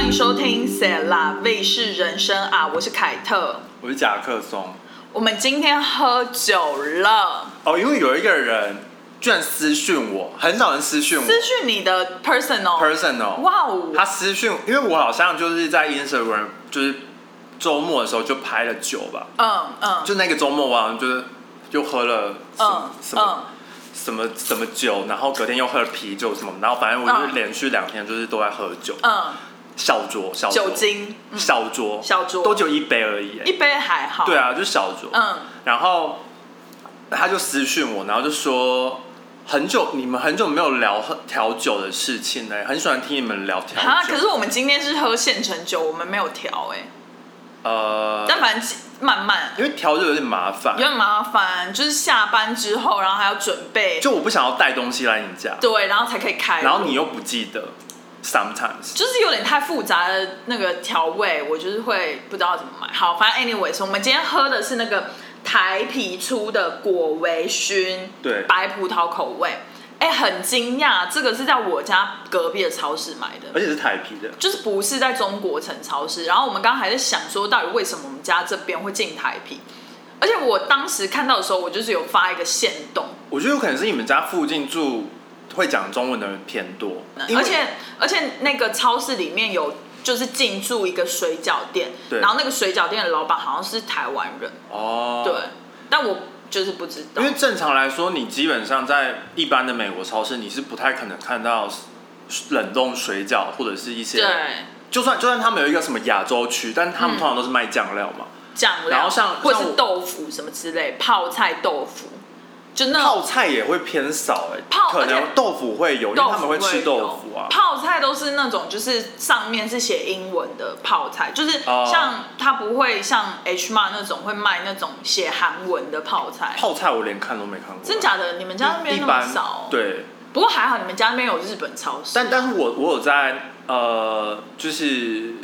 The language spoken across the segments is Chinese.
迎收听《塞拉卫视人生》啊，我是凯特。我是夹克松。我们今天喝酒了，哦，因为有一个人居然私讯我，很少人私讯我私讯你的 personal， personal，哇哦，他私讯，因为我好像就是在 Instagram，就是周末的时候就拍了酒吧，嗯嗯，就那个周末我好像就是又喝了什么、嗯什么、什么什么酒，然后隔天又喝了啤酒什么，然后反正我就嗯是连续两天就是都在喝酒，嗯小酌小嗯，酌酒、精，嗯小酌小酌都只有一杯而已、欸一杯还好，对，啊，就小酌，嗯然后他就私讯我，然后就说很久你们很久没有聊喝调酒的事情了，很喜欢听你们聊调啊，酒。可是我们今天是喝现成酒，我们没有调哎，呃，但反正慢慢因为调酒有点麻烦有，点麻烦，就是下班之后，然后还要准备，就我不想要带东西来你家，对，然后才可以开，然后你又不记得，sometimes 就是有点太复杂的那个调味，我就是会不知道怎么买。好，反正 anyways，我们今天喝的是那个台啤出的果维醺，对白葡萄口味。哎、很惊讶，这个是在我家隔壁的超市买的，而且是台啤的，就是不是在中国城超市。然后我们刚刚还在想说，到底为什么我们家这边会进台啤？而且我当时看到的时候，我就是有发一个线动，我觉得有可能是你们家附近住会讲中文的人偏多，嗯因为而且而且那个超市里面有就是进驻一个水饺店，对然后那个水饺店的老板好像是台湾人，哦，对，，但我就是不知道因，为正常来说，你基本上在一般的美国超市，你是不太可能看到冷冻水饺或者是一对些，就算就算他们有一个什么亚洲区，但他们通常都是卖酱料嘛，酱料，然后像或者像是我豆腐什么之类，泡菜豆腐，就那泡种菜也会偏少哎、嗯泡可而且能豆腐会有，因为豆他腐们会吃有豆腐啊，泡菜都是那种就是上面是写英文的泡菜，就是哦像它不会像 H m a 那种会卖那种写韩文的泡菜，泡菜我连看都没看过，啊真假的？你们家那边一那么般少哦、对，不过还好，你们家那边有日本超市。嗯但但是我我有在呃，就是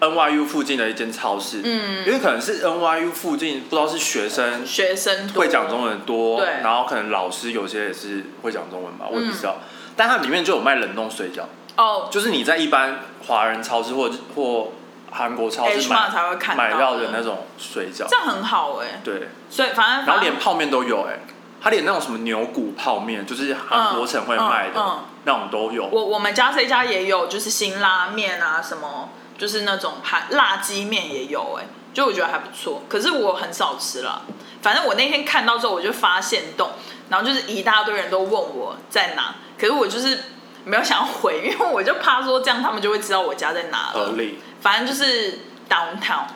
NYU 附近的一间超市，嗯因为可能是 NYU 附近不知道是学生学生多会讲中文多，对然后可能老师有些也是会讲中文吧，我也不知嗯道。但它里面就有卖冷冻水饺，哦，就是你在一般华人超市或或韩国超市 H 买 Mart 才会看到买到的那种水饺这，样很好哎、对，所以反正然后反连正泡面都有哎、嗯它连那种什么牛骨泡面，就是韩国城会卖嗯的、嗯嗯那种都有。我我们家这一家也有，就是辛拉面啊什么，就是那种韩辣鸡面也有哎、就我觉得还不错。可是我很少吃啦。反正我那天看到之后，我就发现动，然后就是一大堆人都问我在哪，可是我就是没有想要回，因为我就怕说这样他们就会知道我家在哪合了。理反正就是 downtown。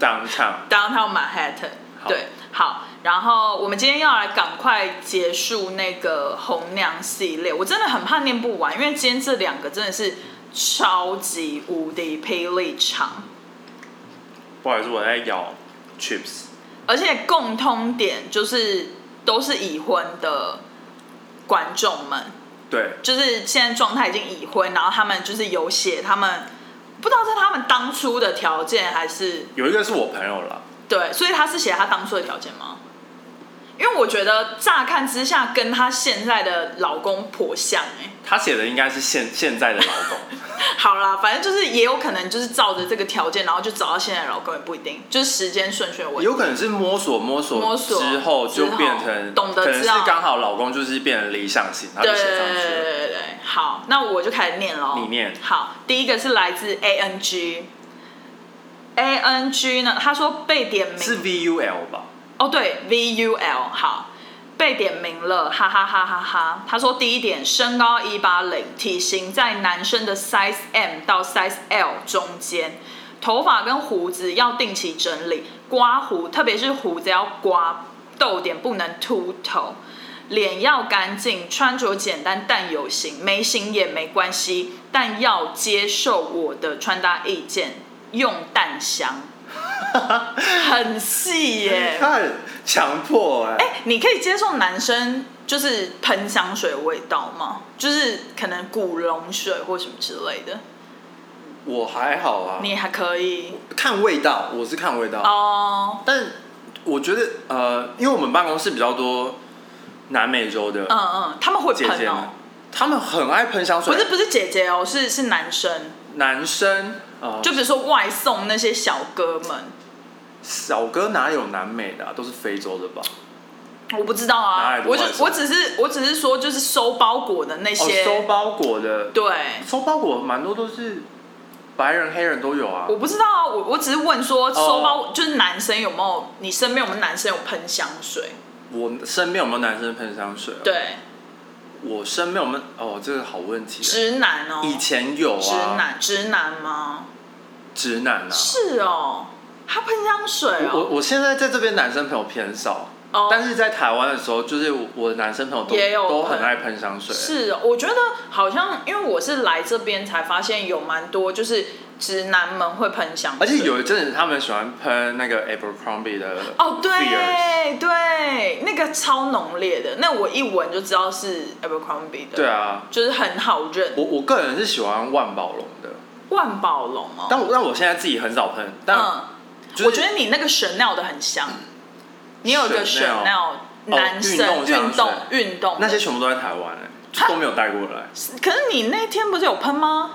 downtown， Downtown Manhattan。好对，好，然后我们今天要来赶快结束那个红娘系列，我真的很怕念不完，因为今天这两个真的是超级无敌霹雳长，不好意思，我在咬 chips。而且共通点就是都是已婚的观众们，对，就是现在状态已经已婚，然后他们就是有写他们不知道是他们当初的条件还是有一个是我朋友啦，对，所以他是写他当初的条件吗？因为我觉得乍看之下跟她现在的老公颇像哎、他写的应该是现现在的老 公，好啦，反正就是也有可能就是照着这个条件，然后就找到现在的老公也不一定，就是时间顺序的问题。有可能是摸索摸索摸索之后就之后变成懂得可能知是道刚好老公就是变成理想型，他对就对写对上去对了。对对，好，那我就开始念喽。你念好，第一个是来自 A N G。A N G 呢？他说被点名是 V U L 吧？哦，对，V U L 好，被点名了，哈哈哈哈哈。他说第一点，身高一八零，体型在男生的 size M 到 size L 中间，头发跟胡子要定期整理，刮胡，特别是胡子要刮，逗点不能秃头。脸要干净，穿着简单但有型，没型也没关系，但要接受我的穿搭意见，用淡香，很细耶、他很强迫哎、哎、你可以接受男生就是喷香水的味道吗？就是可能古龙水或什么之类的，我还好啊，你还可以看味道，我是看味道，哦。但我觉得呃，因为我们办公室比较多南美洲的嗯嗯，他们会姐姐喷们，哦，他们很爱喷香水，不是不是姐姐哦，是是男生。男生哦就比如说外送那些小哥们，小哥哪有南美的、啊，都是非洲的吧？我不知道哪啊来，的我外就送我只是我只是说就是收包裹的那哦，些，收包裹的，对，收包裹蛮多都是白人、黑人都有啊。我不知道啊，我我只是问哦说收包、就是男生有没有，你身边有没有男生有喷香水？我身边有没有男生喷香水、啊？，对，我身边有没有？哦，这个好问题。直男哦，以前有啊，直，男直男吗？直男啊。是哦，他喷香水我哦，我现在在这边男生朋友偏少，哦但是在台湾的时候，就是我我的男生朋友都也有都很喷爱喷香水。是哦，我觉得好像因为我是来这边才发现有蛮多就是直男们会喷香水，而且有一阵子他们喜欢喷那个 Abercrombie 的哦， Beers 对对，那个超浓烈的，那我一闻就知道是 Abercrombie 的，对，啊，就是很好认，我我个人是喜欢万宝龙的，万宝龙哦，但我但我现在自己很少喷，但、嗯，就是我觉得你那个 Chanel 的很香，你有一个 Chanel 哦 Chanel 男生运动香运动水运动的那些，全部都在台湾、欸，就都没有带过 来。可是你那天不是有喷吗？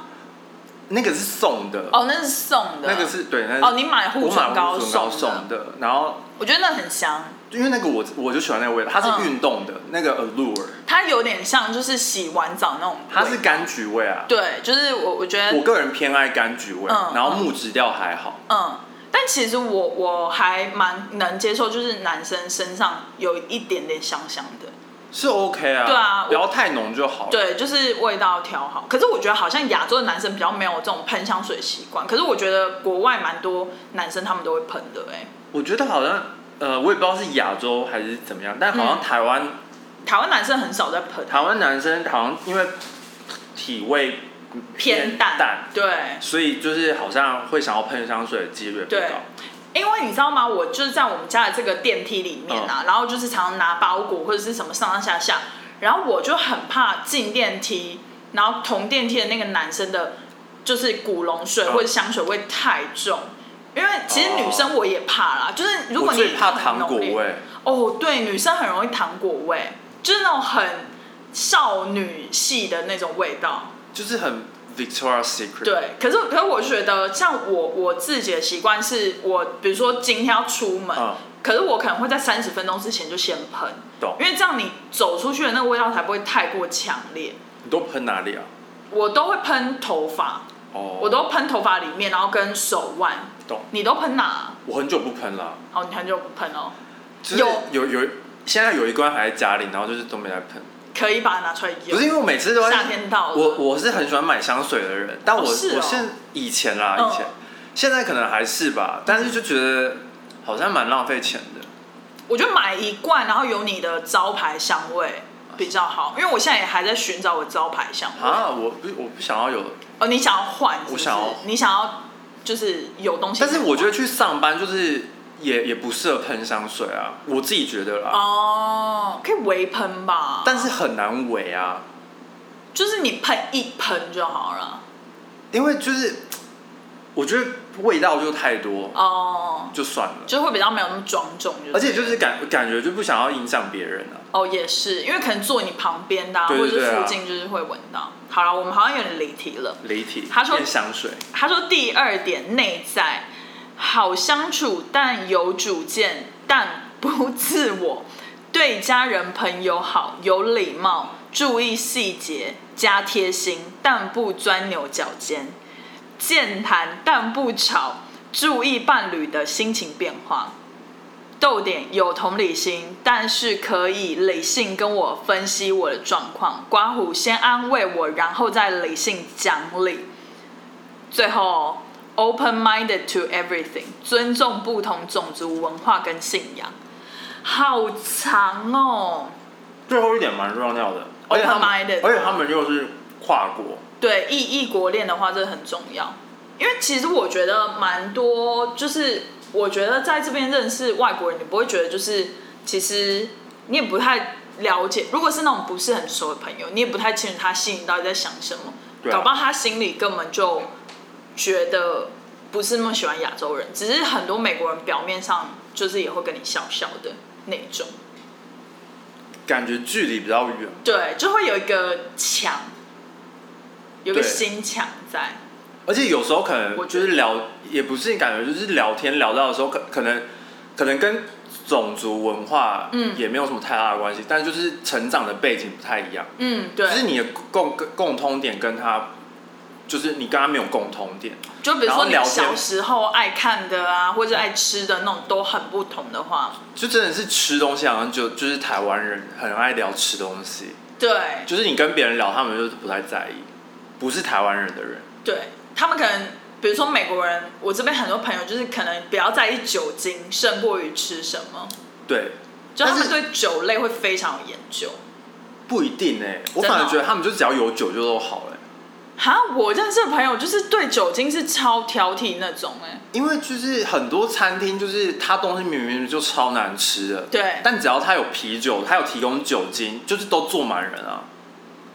那个是送的，哦，那是送的，那个是对，那是哦，你买护我买唇膏护唇膏送送，的，然后我觉得那很香，因为那个我我就喜欢那个味道，它嗯是运动的、那个 Allure，它有点像就是洗完澡那种味，它是柑橘味啊。对，就是我我觉我得个人偏爱柑橘味，嗯然后嗯木质调还好。嗯。但其实我我还蛮能接受，就是男生身上有一点点香香的，是 OK 啊，对啊不要太浓就好了。，对，就是味道调好。可是我觉得好像亚洲的男生比较没有这种喷香水习惯，可是我觉得国外蛮多男生他们都会喷的、欸，我觉得好像呃，我也不知道是亚洲还是怎么样，但好像嗯台湾、台湾男生很少在喷，台湾男生好像因为体味偏淡，对。所以就是好像会想要喷香水的几率也不对高。因为你知道吗？我就是在我们家的这个电梯里面嗯啊，然后就是常常拿包裹或者是什么上上下下，然后我就很怕进电梯，然后同电梯的那个男生的，就是古龙水嗯或者香水味太重，因为其实女生我也怕啦，就是如果哦我你最怕很糖果浓烈味，哦，对，女生很容易糖果味，就是那种很少女系的那种味道。就是很 Victoria Secret。，对，可是可是我觉得，像我我自己的习惯是我，比如说今天要出门，嗯，可是我可能会在三十分钟之前就先喷，懂因。为这样你走出去的那个味道才不会太过强烈。你都喷哪里啊？我都会喷头发，哦，我都喷头发里面，然后跟手腕。懂。你都喷哪？我很久不喷了，啊哦，你很久不喷哦，就是有有有现在有一罐还在家里，然后就是都没来喷。可以把它拿出来不用是。因为我每次都会夏天到了，我我是很喜欢买香水的人，但我、哦是哦我现以前啦，嗯以前、现在可能还是吧，但是就觉得好像蛮浪费钱的。我就买一罐，然后有你的招牌香味比较好，因为我现在也还在寻找我招牌香味。啊，我不我不想要有，哦，你想要换是不是？我想要你想要就是有东西可但以换。是我觉得去上班就是也也不适合喷香水啊，我自己觉得啦，哦，可以微喷吧，但是很难闻啊，就是你喷一喷就好了。因为就是我觉得味道就太多，哦，就算了，就会比较没有那么庄重，就是而且就是感感觉就不想要影响别人啊。哦也是，因为可能坐你旁边的、啊、对对对或者啊是附近就是会闻到。好了，我们好像有点离题了。雷体他说变香水，他说第二点内在好相处，但有主见，但不自我，对家人朋友好，有礼貌，注意细节，加贴心，但不钻牛角尖，健谈但不吵，注意伴侣的心情变化。逗点有同理心，但是可以理性跟我分析我的状况。刮胡先安慰我，然后再理性讲理。最后，open minded to everything，尊重不同种族文化跟信仰。好长哦，最后一点蛮重要的，而且他们， Open-minded 而且他们又是跨国，对异异国恋的话，这很重要，因为其实我觉得蛮多，就是我觉得在这边认识外国人，你不会觉得就是其实你也不太了解，如果是那种不是很熟的朋友，你也不太清楚他心里到底在想什么，对啊搞不好他心里根本就觉得不是那么喜欢亚洲人，只是很多美国人表面上就是也会跟你笑笑的那种，感觉距离比较远。对，就会有一个墙，有一个对心墙在。而且有时候可能我觉就得是聊，也不是感觉，就是聊天聊到的时候，可可能可能跟种族文化嗯也没有什么太大的关系，但就是成长的背景不太一样，嗯，就对，是你的共共通点跟他，就是你跟他没有共通点，就比如然后说你聊天小时候爱看的啊，或者爱吃的那种都很不同的话，就真的是吃东西好像就就是台湾人很爱聊吃东西，对就是你跟别人聊，他们就是不太在意，不是台湾人的人，对，他们可能比如说美国人，我这边很多朋友就是可能比较在意酒精胜过于吃什么，对，就他但们是对酒类会非常有研究。不一定哎、我真的反哦而觉得他们就只要有酒就都好了、哈，我认识的朋友就是对酒精是超挑剔那种哎、因为就是很多餐厅，就是它东西明明就超难吃的，对但只要它有啤酒，它有提供酒精，就是都坐满人啊。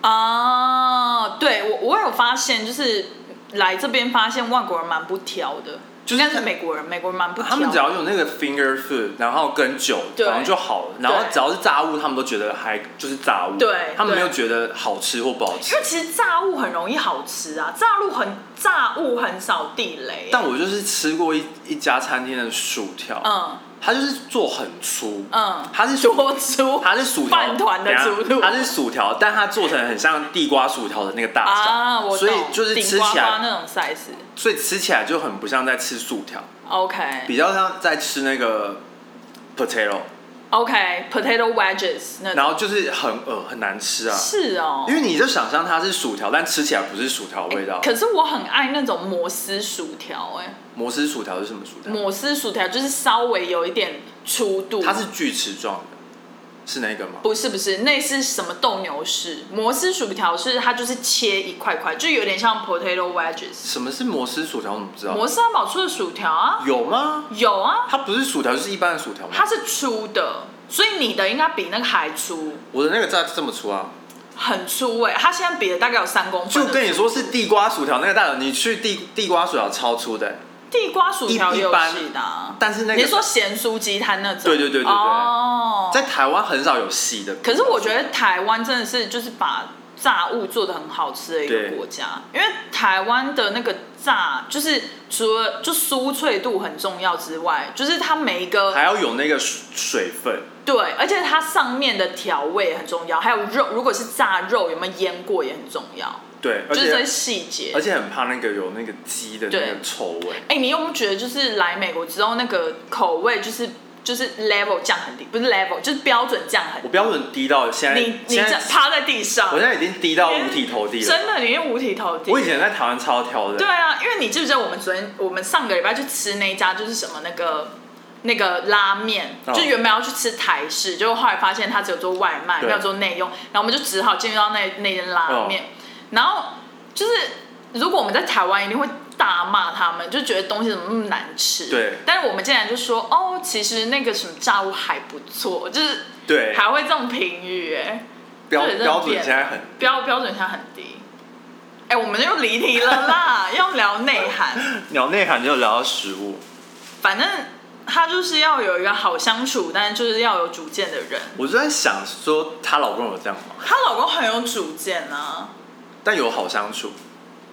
啊，对我我有发现，就是来这边发现外国人蛮不挑的，就是应该是他美国人，美国人蛮不挑的。他们只要有那个 finger food，然后跟酒，对好像就好了。然后对只要是炸物，他们都觉得还就是炸物，对他们没有对觉得好吃或不好吃因。为其实炸物很容易好吃啊，炸物很炸物很少地雷。啊但我就是吃过一一家餐厅的薯条，嗯它就是做很粗，嗯，它是薯多出 它是薯条饭团的等一下粗度它是薯条，但它做成很像地瓜薯条的那个大小，啊，我懂所以就是吃顶起呱呱来，那种 size。所以吃起来就很不像在吃薯条， OK 比较像在吃那个 potato，嗯 OK potato wedges 那然种后就是很呃很难吃啊，是哦，因为你就想象它是薯条，但吃起来不是薯条的味道。哎可是我很爱那种摩斯薯条哎、摩斯薯条是什么薯条？摩斯薯条就是稍微有一点粗度，它是锯齿状的，是那个吗？不是不是，那是什么斗牛士？摩斯薯条是它就是切一块块，就有点像 potato wedges。什么是哦摩斯薯条？我怎么不知道？摩斯汉堡出的薯条啊，有吗？有啊，它不是薯条，就是一般的薯条吗？它是粗的，所以你的应该比那个还粗，我的那个炸这么粗啊！很粗哎、它现在比的大概有三公分就的粗。跟你说是地瓜薯条那个大小，你去地地瓜薯条超粗的、地瓜薯条也有一般细的、啊，但是那你个是说咸酥鸡摊那种？对对对对对哦，在台湾很少有细的。可是我觉得台湾真的是就是把炸物做的很好吃的一个对国家，因为台湾的那个炸就是除了就酥脆度很重要之外，就是它每一个还要有那个水水分，对，而且它上面的调味很重要，还有肉，如果是炸肉有没有腌过也很重要，对，而就是这些且细节而。且很怕那个有那个鸡的那对个臭味。哎、你有没有觉得就是来美国之后那个口味就是就是 level 降很低，不是 level 就是标准降很我低，标准低到现在，你你现这在趴在地上我，现在已经低到五体投地了。真的你用五体投地。我以前在台湾超挑的，对啊，因为你记不记得我们昨天我们上个礼拜去吃那一家就是什么那个那个拉面，哦就原本要去吃台式，就后来发现他只有做外卖，对哦没有做内用，然后我们就只好进入到那那间拉面，然后就是如果我们在台湾一定会。大骂他们，就觉得东西怎么那么难吃？对但是我们竟然就说，哦，其实那个什么炸物还不错，就是对，还会这种评语哎，标这也真的标准变现在很标标准下很低。哎、我们又离题了 啦，要聊内涵。聊内涵就聊到食物。反正他就是要有一个好相处，但是就是要有主见的人。我就在想说，她老公有这样吗？她老公很有主见啊，但有好相处，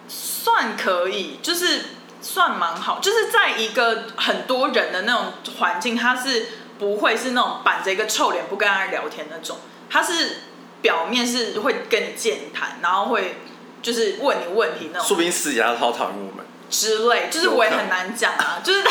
算可以，就是算蛮好，就是在一个很多人的那种环境，他是不会是那种板着一个臭脸不跟他聊天那种，他是表面是会跟你健谈，然后会就是问你问题那种说不定私底下超讨厌我们。之类，就是我也很难讲啊，就是在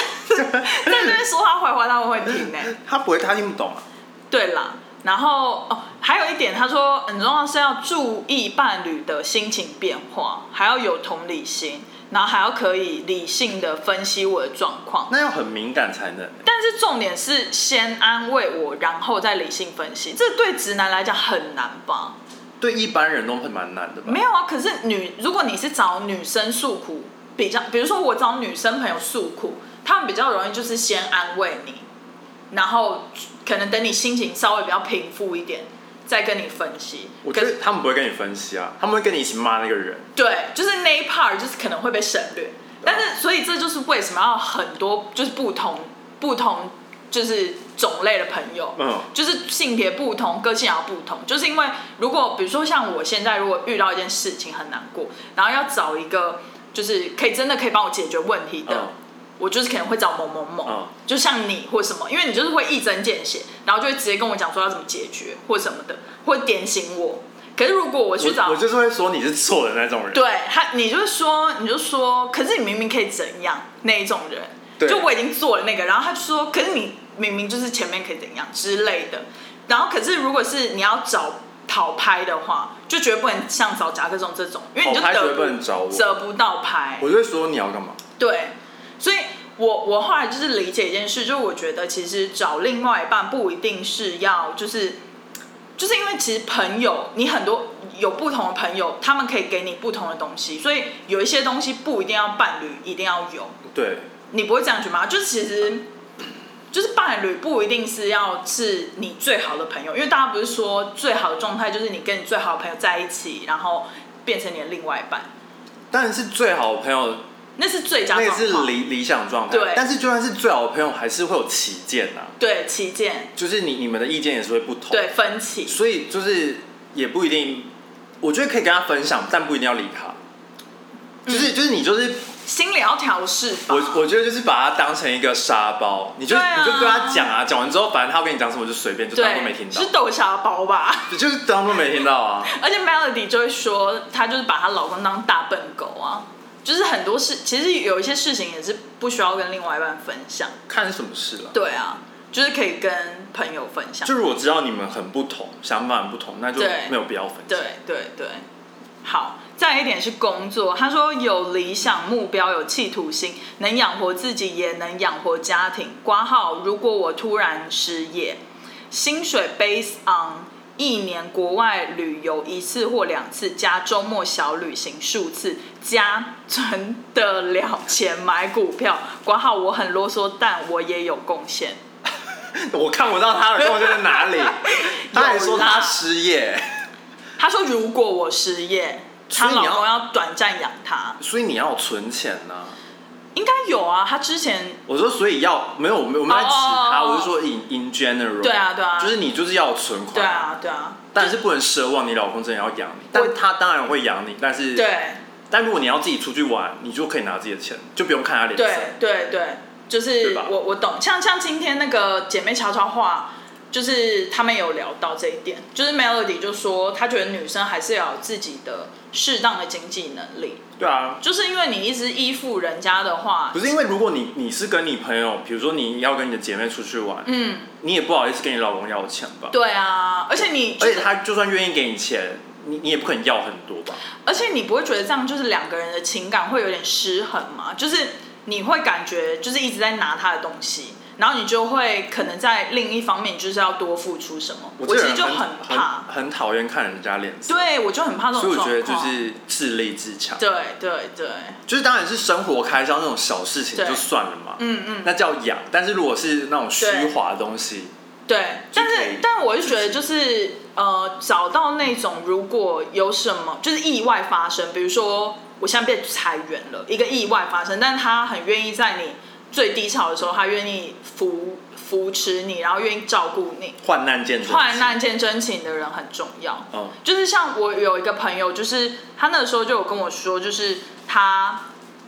这边说他坏话，他会听呢、 他不会，他听不懂啊。对啦，然后哦，还有一点，他说很重要是要注意伴侣的心情变化，还要有同理心，然后还要可以理性的分析我的状况。那要很敏感才能欸、但是重点是先安慰我，然后再理性分析，这对直男来讲很难吧？对一般人都很蛮难的吧？没有啊，可是女，如果你是找女生诉苦，比较，比如说我找女生朋友诉苦，他们比较容易就是先安慰你，然后可能等你心情稍微比较平复一点，再跟你分析。我可觉是得他们不会跟你分析啊，他们会跟你一起骂那个人。对，就是那一 part 就是可能会被省略，但是所以这就是为什么要很多就是不同不同就是种类的朋友，嗯，就是性别不同，个性也要不同，就是因为如果比如说像我现在如果遇到一件事情很难过，然后要找一个就是可以真的可以帮我解决问题的，嗯我就是可能会找某某某，嗯就像你或什么，因为你就是会一针见血，然后就会直接跟我讲说要怎么解决或什么的，或点醒我。可是如果我去找，我我就是会说你是错的那种人。对他，你就说，你就说，可是你明明可以怎样那一种人，对就我已经做了那个，然后他就说，可是你明明就是前面可以怎样之类的，然后可是如果是你要找讨拍的话，就绝对不能像找夹克松这种，因为你就哦讨拍绝得对不能找我得不到拍，我就会说你要干嘛？对，所以我我后来就是理解一件事，就是我觉得其实找另外一半不一定是要就是。就是因为其实朋友，你很多有不同的朋友，他们可以给你不同的东西，所以有一些东西不一定要伴侣一定要有。对，你不会这样觉得吗？就是其实，就是伴侣不一定是要是你最好的朋友，因为大家不是说最好的状态就是你跟你最好的朋友在一起，然后变成你的另外一半，但是最好的朋友那是最佳那状个况。是理理想状态对，但是就算是最好的朋友，还是会有歧见啊，对旗舰，就是你你们的意见也是会不同。对分歧。所以就是也不一定，我觉得可以跟他分享，但不一定要理他。就是嗯就是你就是心理要调试吧。我我觉得就是把它当成一个沙包，你就、对啊你就跟他讲啊，讲完之后反正他跟你讲什么就随便，就当对做没听到是，豆沙包吧？ 就就是当做没听到啊。而且 Melody 就会说，她就是把她老公当大笨狗啊，就是很多事，其实有一些事情也是不需要跟另外一半分享。 看什么事了、对啊，就是可以跟朋友分享就。如果知道你们很不同，想法很不同，那就对没有必要分享。对对对，好，再一点是工作。他说有理想目标，有企图心，能养活自己，也能养活家庭。挂号，如果我突然失业，薪水 based on 一年国外旅游一次或两次，加周末小旅行数次，加存得了钱买股票。挂号，我很啰嗦，但我也有贡献。 我看不到他的贡献在哪 里，他还说他失业，他说如果我失业，她所以老你要公要短暂养她。所以你要存钱呐、应该有啊，他之前我说，所以要没有，我没有我没有在指他哦哦哦我是说 in in general，对啊对啊就是你就是要有存款，对，啊对啊，但是不能奢望你老公真的要养你，但他当然会养你，但是，对但如果你要自己出去玩，你就可以拿自己的钱，就不用看他脸对色，对对，就是对吧我我懂，像像今天那个姐妹悄悄话，就是他们有聊到这一点，就是 Melody 就说她觉得女生还是要有自己的适当的经济能力，对啊，就是因为你一直依附人家的话不，是因为如果你你是跟你朋友，比如说你要跟你的姐妹出去玩，嗯，你也不好意思跟你老公要钱吧，对啊，而且你、就而是，且他就算愿意给你钱，你你也不可能要很多吧，而且你不会觉得这样就是两个人的情感会有点失衡吗？就是你会感觉就是一直在拿他的东西，然后你就会可能在另一方面就是要多付出什么。我这其个实人就很怕，很很讨厌看人家脸色，对我就很怕这种所以我状觉况。得就是自立自强。对对对，就是当然是生活开销那种小事情对就算了嘛，嗯嗯，那叫养。但是如果是那种虚华的东西，对。但可是以但我就觉得就是呃，找到那种如果有什么就是意外发生，比如说我现在被裁员了，一个意外发生，但他很愿意在你最低潮的时候，他愿意扶扶持你，然后愿意照顾你。患难见真情。患难见真情的人很重要。嗯，就是像我有一个朋友，就是她那个时候就有跟我说，就是她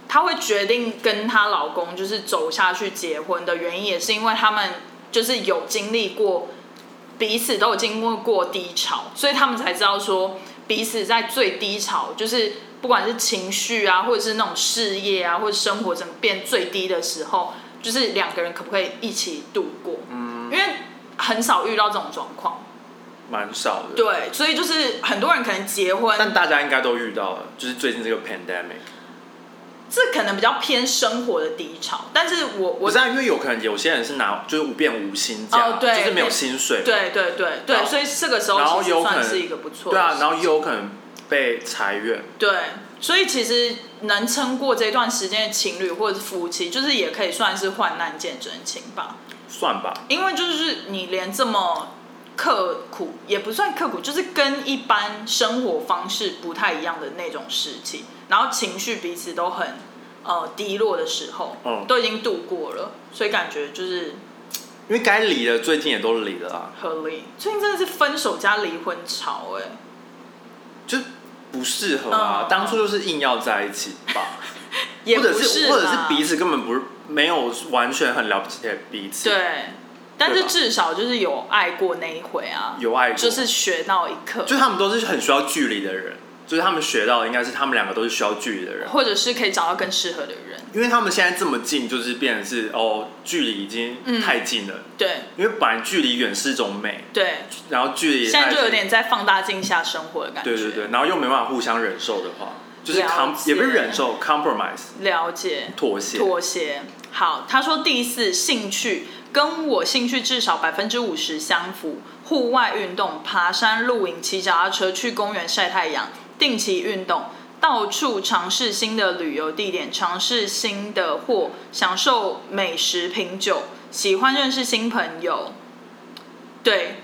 她会决定跟她老公就是走下去结婚的原因，也是因为他们就是有经历过彼此都有经历过低潮，所以他们才知道说彼此在最低潮，就是不管是情绪啊，或者是那种事业啊，或者生活整个变最低的时候，就是两个人可不可以一起度过？嗯，因为很少遇到这种状况。蛮少的。，对，所以就是很多人可能结但婚，大家应该都遇到了，就是最近这个 pandemic。这可能比较偏生活的低潮，但是我我我知道，因为有可能有些人是拿就是五变无薪假，哦对就是没有薪水。对对对然对，后所以这个时然候后其实有可算能是一个不错对的啊，时然后也有可能被裁员。对，所以其实能撑过这段时间的情侣或者是夫妻，就是也可以算是患难见真情吧，算吧，因为就是你连这么。刻苦也不算刻苦，就是跟一般生活方式不太一样的那种事情，然后情绪彼此都很呃低落的时候，嗯都已经度过了，所以感觉就是因为该离的最近也都离了啊，合理。最近真的是分手加离婚潮哎、就不适合啊。嗯当初就是硬要在一起吧， 也或者不是是或者是啦彼此根本不是没有完全很了解彼此，对，但对是吧至少就是有爱过那一回啊，有爱过就是学到一课，就是他们都是很需要距离的人，就是他们学到的应该是他们两个都是需要距离的人，或者是可以找到更适合的人。因为他们现在这么近，就是变成是哦，距离已经嗯太近了，对因为本来距离远是一种美，对，然后距离现太在近就有点在放大镜下生活的感觉。对对对，然后又没办法互相忍受的话，就是了 com 解也不是忍受 compromise 了解。妥协，妥协。好，他说第四兴趣跟我兴趣至少百分之五十相符，户外运动、爬山、露营、骑脚踏车、去公园晒太阳、定期运动。到处尝试新的旅游地点，尝试新的货，享受美食、品酒，喜欢认识新朋友。对，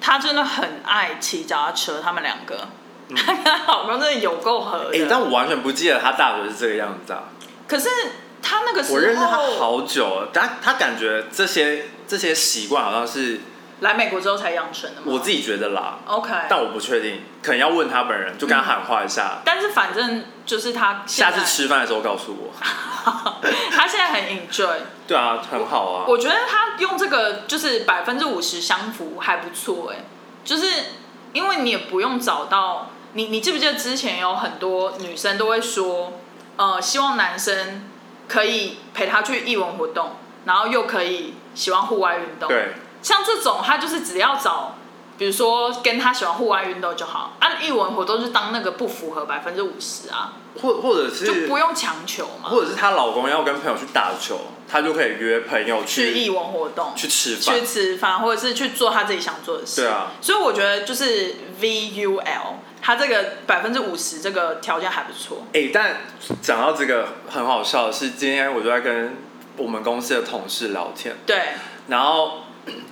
他真的很爱骑脚踏车，他们两个，嗯他跟她老公真的有够合的。哎、但我完全不记得他大学是这个样子啊！可是他那个时候，我认识他好久了，但他感觉这些这些习惯好像是来美国之后才养成的吗？我自己觉得啦， OK，但我不确定，可能要问他本人，就跟他喊话一下，但是反正就是他下嗯现在次，吃饭的时候告诉我。 他现在很 enjoy。对啊，很好啊。我觉得他用这个就是百分之五十相符还不错哎、就是因为你也不用找到你，你记不记得之前有很多女生都会说，呃，希望男生可以陪她去艺文活动，然后又可以喜欢户外运动。对，像这种，他就是只要找，比如说跟他喜欢户外运动就好，按艺文活动就当那个不符合百分之五十啊，或或者就是不用强求嘛。或者是她老公要跟朋友去打球，她就可以约朋友去去艺文活动，去吃饭去。吃饭，或者是去做他自己想做的事。对啊，所以我觉得就是 V U L，他这个百分之五十这个条件还不错。哎、但讲到这个很好笑的是，今天我就在跟我们公司的同事聊天，对，然后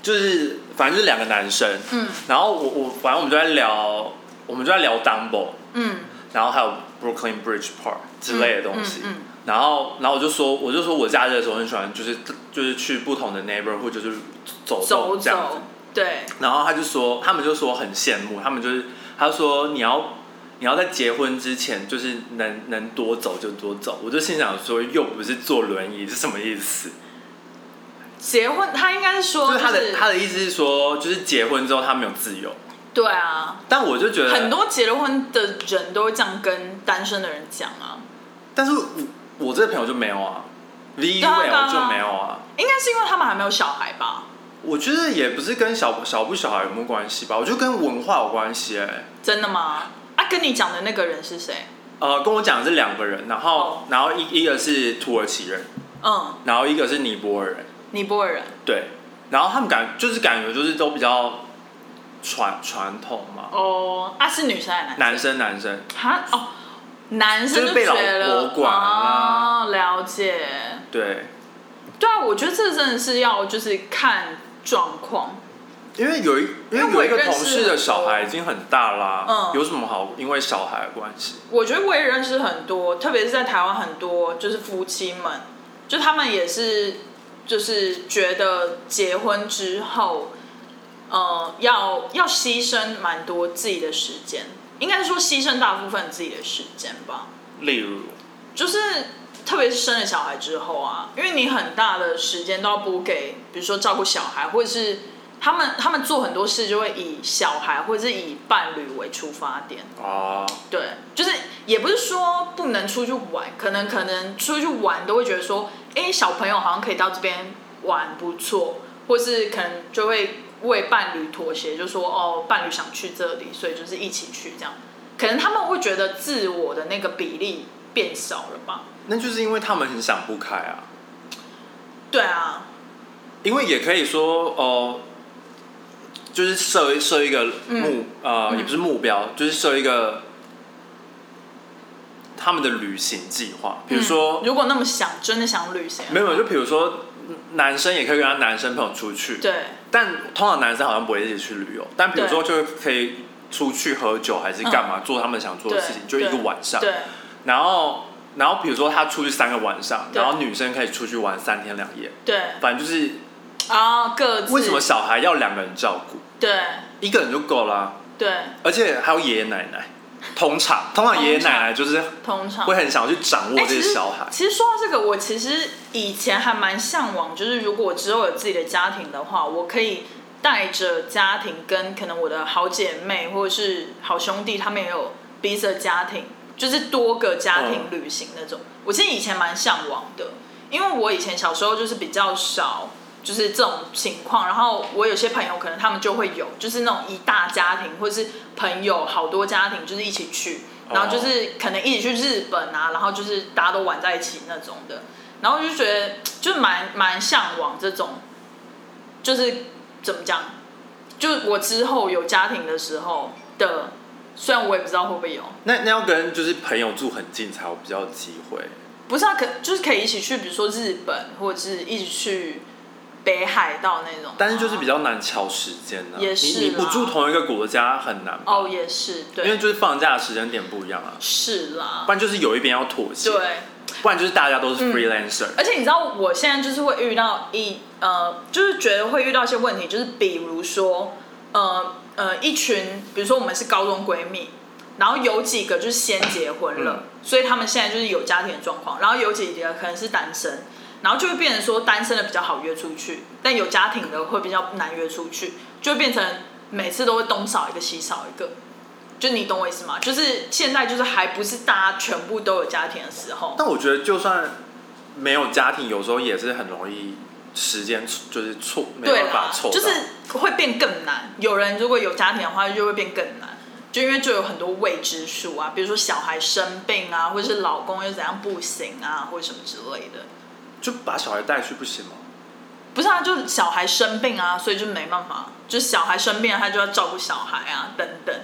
就是反正就是两个男生，嗯然后我我反正我们就在聊，我们就在聊 Dumbo，嗯，然后还有 Brooklyn Bridge Park 之类的东西。嗯嗯嗯然后，然后我就说，我就说我假日的时候很喜欢，就是就是去不同的 neighborhood，就是走走动这样子走。，对，然后他就说，他们就说很羡慕，他们就是他说你要你要在结婚之前，就是能能多走就多走。我就心想说，又不是坐轮椅，是什么意思？结婚他应哦该是说、就是是他的他的意思是说，就是结婚之后他没有自由。对啊，但我就觉得很，多结了婚的人都会这样跟单身的人讲啊。但是我我这个朋友就没有啊，V 对啊对 L 啊就没有啊。应该是因为他们还没有小孩吧？我觉得也不是跟小小不小孩有没有关系吧，我觉得跟文化有关系哎、真的吗？啊，跟你讲的那个人是谁？呃，跟我讲的是两个人，然后、哦然后一一个是土耳其人，嗯，然后一个是尼泊尔人，尼泊尔人。对，然后他们感就是感觉就是都比较传传统嘛，哦，啊，是女生还是男男生男生，生？哈哦，男生就是被觉老得婆管啊啦哦，了解。对，对啊，我觉得这真的是要就是看状况。因为有一因因为为我有一个也认同识事的小孩很已经很大啦，嗯有什么好因为小孩的关系？我觉得我也认识很多，特别是在台湾很多就是夫妻们，就他们也是就是觉得结婚之后，呃，要要牺牲蛮多自己的时间，应该说牺牲大部分自己的时间吧。例如，就是特别是生了小孩之后啊，因为你很大的时间都要拨给，比如说照顾小孩，或者是他们他们做很多事就会以小孩或者是以伴侣为出发点。啊，对，就是也不是说不能出去玩，可能可能出去玩都会觉得说，哎，小朋友好像可以到这边玩不错，或是可能就会为伴侣妥协，就说哦，伴侣想去这里，所以就是一起去这样。可能他们会觉得自我的那个比例变少了吧？那就是因为他们很想不开啊，对啊，因为也可以说哦、就是设一设一个目、嗯呃，也不是目标，就是设一个他们的旅行计划。比如说，嗯如果那么想，真的想旅行，没有，就比如说男生也可以跟他男生朋友出去，对但通常男生好像不会一起去旅游，但比如说就可以出去喝酒还是干嘛，做他们想做的事情，就对一个晚上。对然后，然后比如说他出去三个晚上，对然后女生可以出去玩三天两夜，对反正就是啊，各自为什么小孩要两个人照顾？对一个人就够啦、啊对而且还有爷爷奶奶，通常通常爷爷通常奶奶就是通常会很想要去掌握哎这些小孩。其实。其实说到这个，我其实以前还蛮向往，就是如果我之后有自己的家庭的话，我可以带着家庭跟可能我的好姐妹或者是好兄弟，他们也有彼此的家庭，就是多个家庭旅行那种。我其实以前蛮向往的，因为我以前小时候就是比较少。就是这种情况，然后我有些朋友可能他们就会有，就是那种一大家庭或者是朋友好多家庭，就是一起去，然后就是是可能一起去日本啊，然后就是大家都玩在一起那种的，然后我就觉得就蛮蛮向往这种，就是怎么讲，就我之后有家庭的时候的，虽然我也不知道会不会有，那那要跟就是朋友住很近才有比较有机会。不是啊，可就是可以一起去，比如说日本，或者是一起去北海道那种啊，但是就是比较难敲时间呢、也是你你不啦住同一个国家很难吧，哦也是因为对，就是放假的时间点不一样啊，是啦不，然就是有一边要妥协，对。嗯不然就是大家都是 freelancer，、而且你知道，我现在就是会遇到一呃，就是觉得会遇到一些问题，就是比如说呃呃，一群比如说我们是高中闺蜜，然后有几个就是先结婚了，嗯所以他们现在就是有家庭的状况，然后有几个可能是单身，然后就会变成说单身的比较好约出去，但有家庭的会比较难约出去，就会变成每次都会东少一个西少一个。就你懂我意思吗？就是现在就是还不是大家全部都有家庭的时候，但我觉得就算没有家庭，有时候也是很容易时间就是错没对办啦法，凑到，就是会变更难。有人如果有家庭的话，就会变更难，就因为就有很多未知数啊，比如说小孩生病啊，或者是老公又怎样不行啊，或者什么之类的。就把小孩带去不行吗？不是啊，就是小孩生病啊，所以就没办法，就是小孩生病了，他就要照顾小孩啊，等等。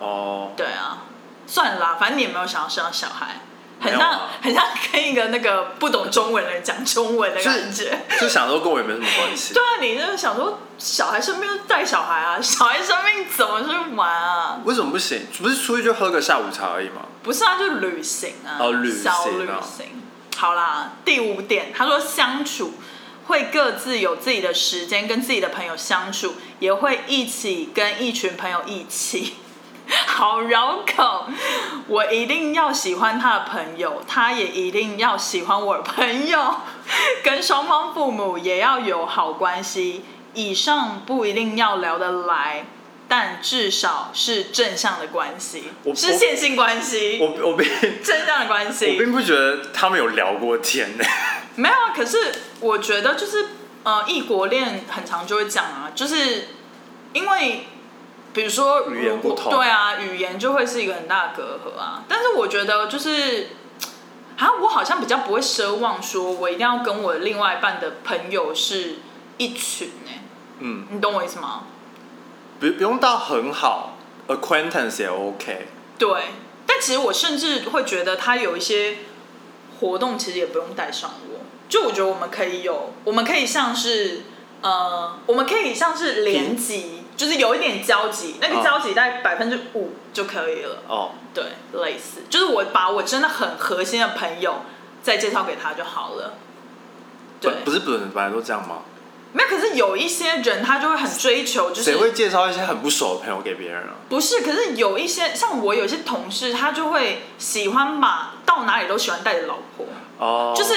哦，对啊，算了啦，反正你也没有想要生小孩，很没有像啊很像跟一个那个不懂中文的人讲中文的感觉。就想说跟我也没什么关系对。啊，你就是想说小孩生病就带小孩啊，小孩生病怎么去玩啊？为什么不行？不是出去就喝个下午茶而已吗？不是啊，就旅行啊，哦旅行啊小旅行。好啦，第五点，他说相处会各自有自己的时间，跟自己的朋友相处，也会一起跟一群朋友一起。 好绕口，我一定要喜欢他的朋友，他也一定要喜欢我的朋友，跟双方父母也要有好关系。以上不一定要聊得来，但至少是正向的关系我，是线性关系。我我并正向的关我系。并不觉得他们有聊过天呢、没有啊，可是我觉得就是呃，异国恋很常就会讲啊，就是因为比如说如果语言不同对啊，语言就会是一个很大的隔阂啊。但是我觉得就是。啊，我好像比较不会奢望说，我一定要跟我另外一半的朋友是一群哎、嗯，你懂我意思吗？不不用到很好，acquaintance 也 OK。对，但其实我甚至会觉得他有一些活动其实也不用带上我，就我觉得我们可以有，我们可以像是呃，我们可以像是联集，就是有一点交集，那个哦交集大概百分之五就可以了。哦，对，类似，就是我把我真的很核心的朋友再介绍给他就好了。对，不不是本本来都这样吗？没有，可是有一些人他就会很追求，就是谁会介绍一些很不熟的朋友给别人啊？不是，可是有一些像我有一些同事，他就会喜欢把到哪里都喜欢带着老婆，哦，就是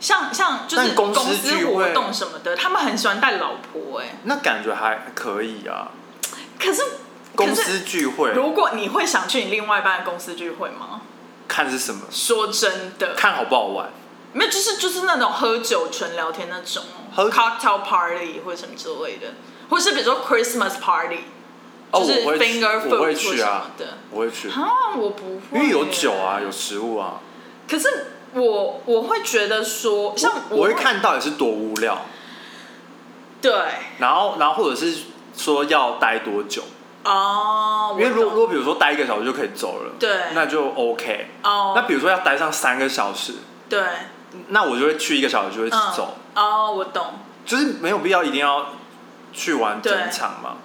像像就是但公司聚会活动什么的，他们很喜欢带老婆哎、那感觉还可以啊。可是公可司是聚会如果你会想去你另外一半的公司聚会吗？看是什么，说真的，看好不好玩。没有，就是就是那种喝酒纯聊天那种喝，cocktail party 或者什么之类的，或是比如说 Christmas party，哦，就是我会 finger 去，food 我会或去什么啊，的。我会去，啊，我不会，因为有酒啊，有食物啊，可是我我会觉得说，像我会，看到底是多无聊，对然后然后或者是说要待多久，哦，因为如我果懂如果比如说待一个小时就可以走了，对那就 OK。哦，那比如说要待上三个小时，对，那我就会去一个小时就会嗯，走，哦，我懂，就是没有必要一定要去玩整场嘛。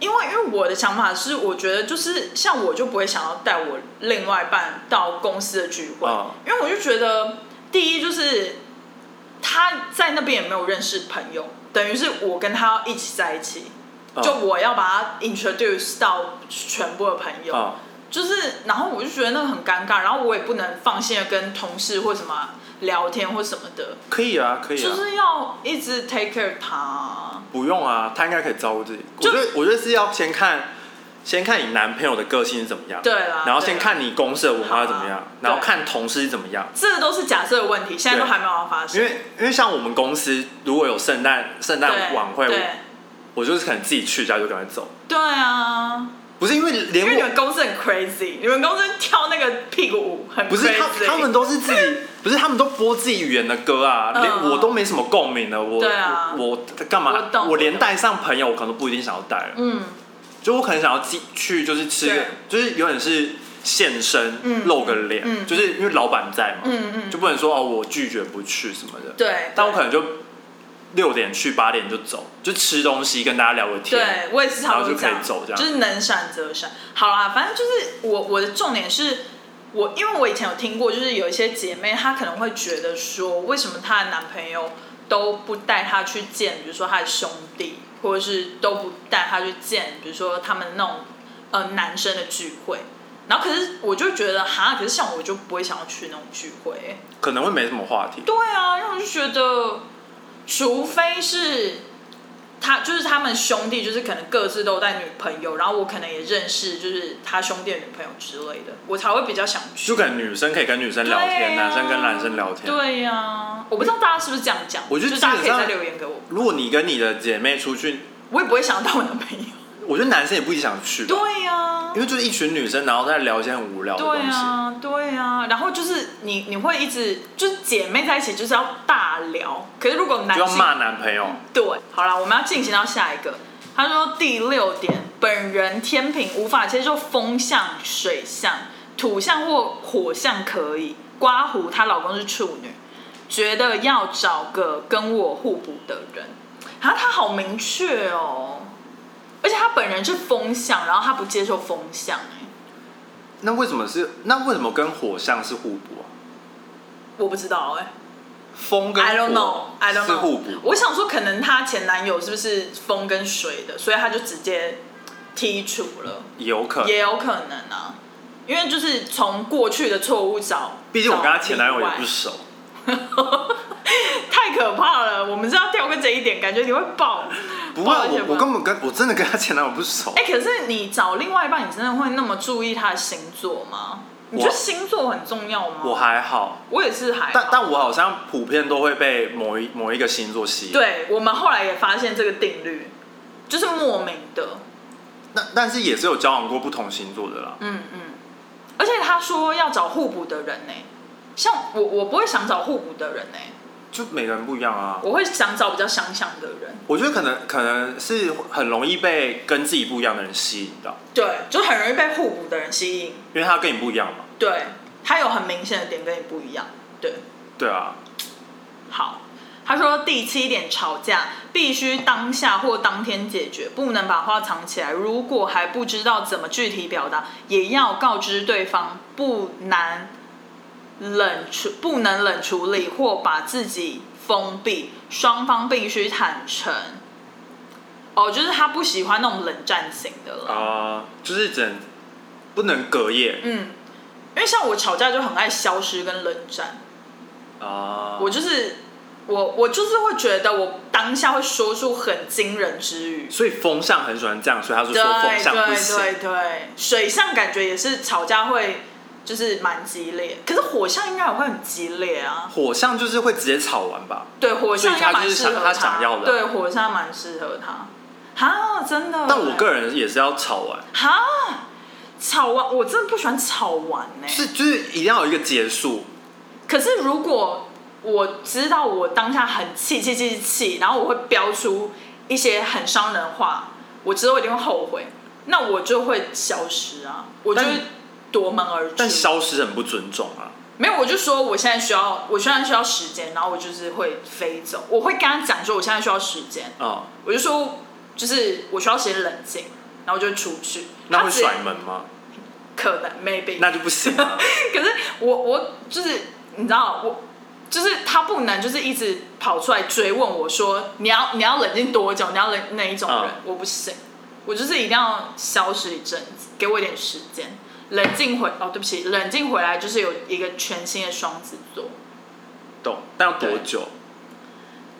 因为因为我的想法是，我觉得就是像我就不会想要带我另外一半到公司的聚会，嗯因为我就觉得第一就是他在那边也没有认识朋友，等于是我跟他一起在一起，嗯就我要把他 introduce 到全部的朋友，嗯就是，然后我就觉得那个很尴尬，然后我也不能放心的跟同事或什么聊天或什么的，可以啊，可以啊，就是要一直 take care 他。不用啊，他应该可以照顾自己。我就觉得，我觉得是要先看，先看你男朋友的个性是怎么样，对啦然后对先啦看你公司的文化是怎么好样啊，然后对看同事是怎么样。这个都是假设的问题，现在都对还没有发生因。为因为像我们公司如果有圣诞圣诞对，晚会，对我，我就是可能自己去家就赶快走，对啊，不是因为因为你连们我公司很 crazy，你们公司跳那个屁股舞很 crazy，不是他他们都是 自己不是他们都播自己语言的歌啊，嗯连我都没什么共鸣了，我对啊我我干嘛我懂我连我懂带上朋友我可能都不一定想要带了，嗯，就我可能想要进去，就是吃个对，就是有点是现身、嗯露个脸，嗯就是因为老板在嘛，嗯嗯就不能说哦我拒绝不去什么的。对，但我可能就六点去，八点就走，就吃东西跟大家聊个天。对，我也是差不多这样，然后就可以走这样是能闪则闪。好啦，反正就是我我的重点是。我因为我以前有听过，就是有一些姐妹，她可能会觉得说，为什么她的男朋友都不带她去见，比如说她的兄弟，或者是都不带她去见，比如说他们那种呃男生的聚会。然后可是我就觉得，哈，可是像我就不会想要去那种聚会、欸可能会没什么话题。对啊，让我就觉得，除非是他，就是他们兄弟，就是可能各自都有带女朋友，然后我可能也认识，就是他兄弟的女朋友之类的，我才会比较想去。就可能女生可以跟女生聊天，对啊男生跟男生聊天。对呀、我不知道大家是不是这样讲，我觉得就是大家可基以本上再留言给我，如果你跟你的姐妹出去，我也不会想到我男朋友。我觉得男生也不一定想去吧，对呀、因为就是一群女生，然后在聊一些很无聊的对东西。啊，对啊，然后就是你你会一直就是姐妹在一起就是要大聊，可是如果男就要性骂男朋友，对，好了，我们要进行到下一个。他说第六点，本人天平无法接受风象、水象、土象或火象可以。刮胡，她老公是处女，觉得要找个跟我互补的人。啊，他好明确哦，而且他本人是风象，然后他不接受风象、欸，那为什么是那为什么跟火象是互补啊？我不知道哎、风跟 I don't 火 know，I don't know。是互补，我想说，可能她前男友是不是风跟水的，所以她就直接剔除了，有可能也。有可能啊。因为就是从过去的错误找，毕竟我跟她找前男友也例外不熟，太可怕了。我们是要跳过这一点，感觉你会爆。不会，爆一些我我吧根本跟我真的跟她前男友不熟哎、。可是你找另外一半，你真的会那么注意他的星座吗？你觉得我星座很重要吗？我还好，我也是还好，但但我好像普遍都会被某一某一个星座吸引。，对我们后来也发现这个定律，就是莫名的。但但是也是有交往过不同星座的啦。嗯，嗯，而且他说要找互补的人呢、欸像我我不会想找互补的人呢、就每个人不一样啊。我会想找比较相像的人。我觉得可能可能是很容易被跟自己不一样的人吸引到，对，就很容易被互补的人吸引。因为他跟你不一样嘛。对，他有很明显的点跟你不一样。对，对啊，好。他说第七点，吵架必须当下或当天解决，不能把话藏起来。如果还不知道怎么具体表达，也要告知对方，不难冷处不能冷处理或把自己封闭，双方必须坦诚。哦，就是他不喜欢那种冷战型的了。啊、就是只能不能隔夜嗯，因为像我吵架就很爱消失跟冷战，啊。我就是我我就是会觉得我当下会说出很惊人之语。所以风象很喜欢这样，所以他就对说风象不行。对对对，水象感觉也是吵架会就是蛮激烈，可是火象应该也会很激烈啊。火象就是会直接吵完吧，对，火象应该蛮适所以合他就是想他想要的对，火象蛮适合他。哈，真的。但我个人也是要吵完，哈，吵完我真的不喜欢吵完欸呢、就是就是一定要有一个结束。可是如果我知道我当下很气气气气，然后我会飙出一些很伤人的话，我之后一定会后悔，那我就会消失啊，我就但会夺门而出。但消失很不尊重啊。没有，我就说我现在需要，我现在需要时间，然后我就是会飞走，我会跟他讲说我现在需要时间，嗯，我就说就是我需要时间冷静，然后就出去。那他会直接甩门吗？可能 maybe 那就不行啊。可是我我就是你知道我就是他不能就是一直跑出来追问我说你要你要冷静多久，你要冷那一种人，嗯我不行，我就是一定要消失一阵子，给我一点时间。冷静回哦，对不起，冷静回来就是有一个全新的双子座懂？但要多久？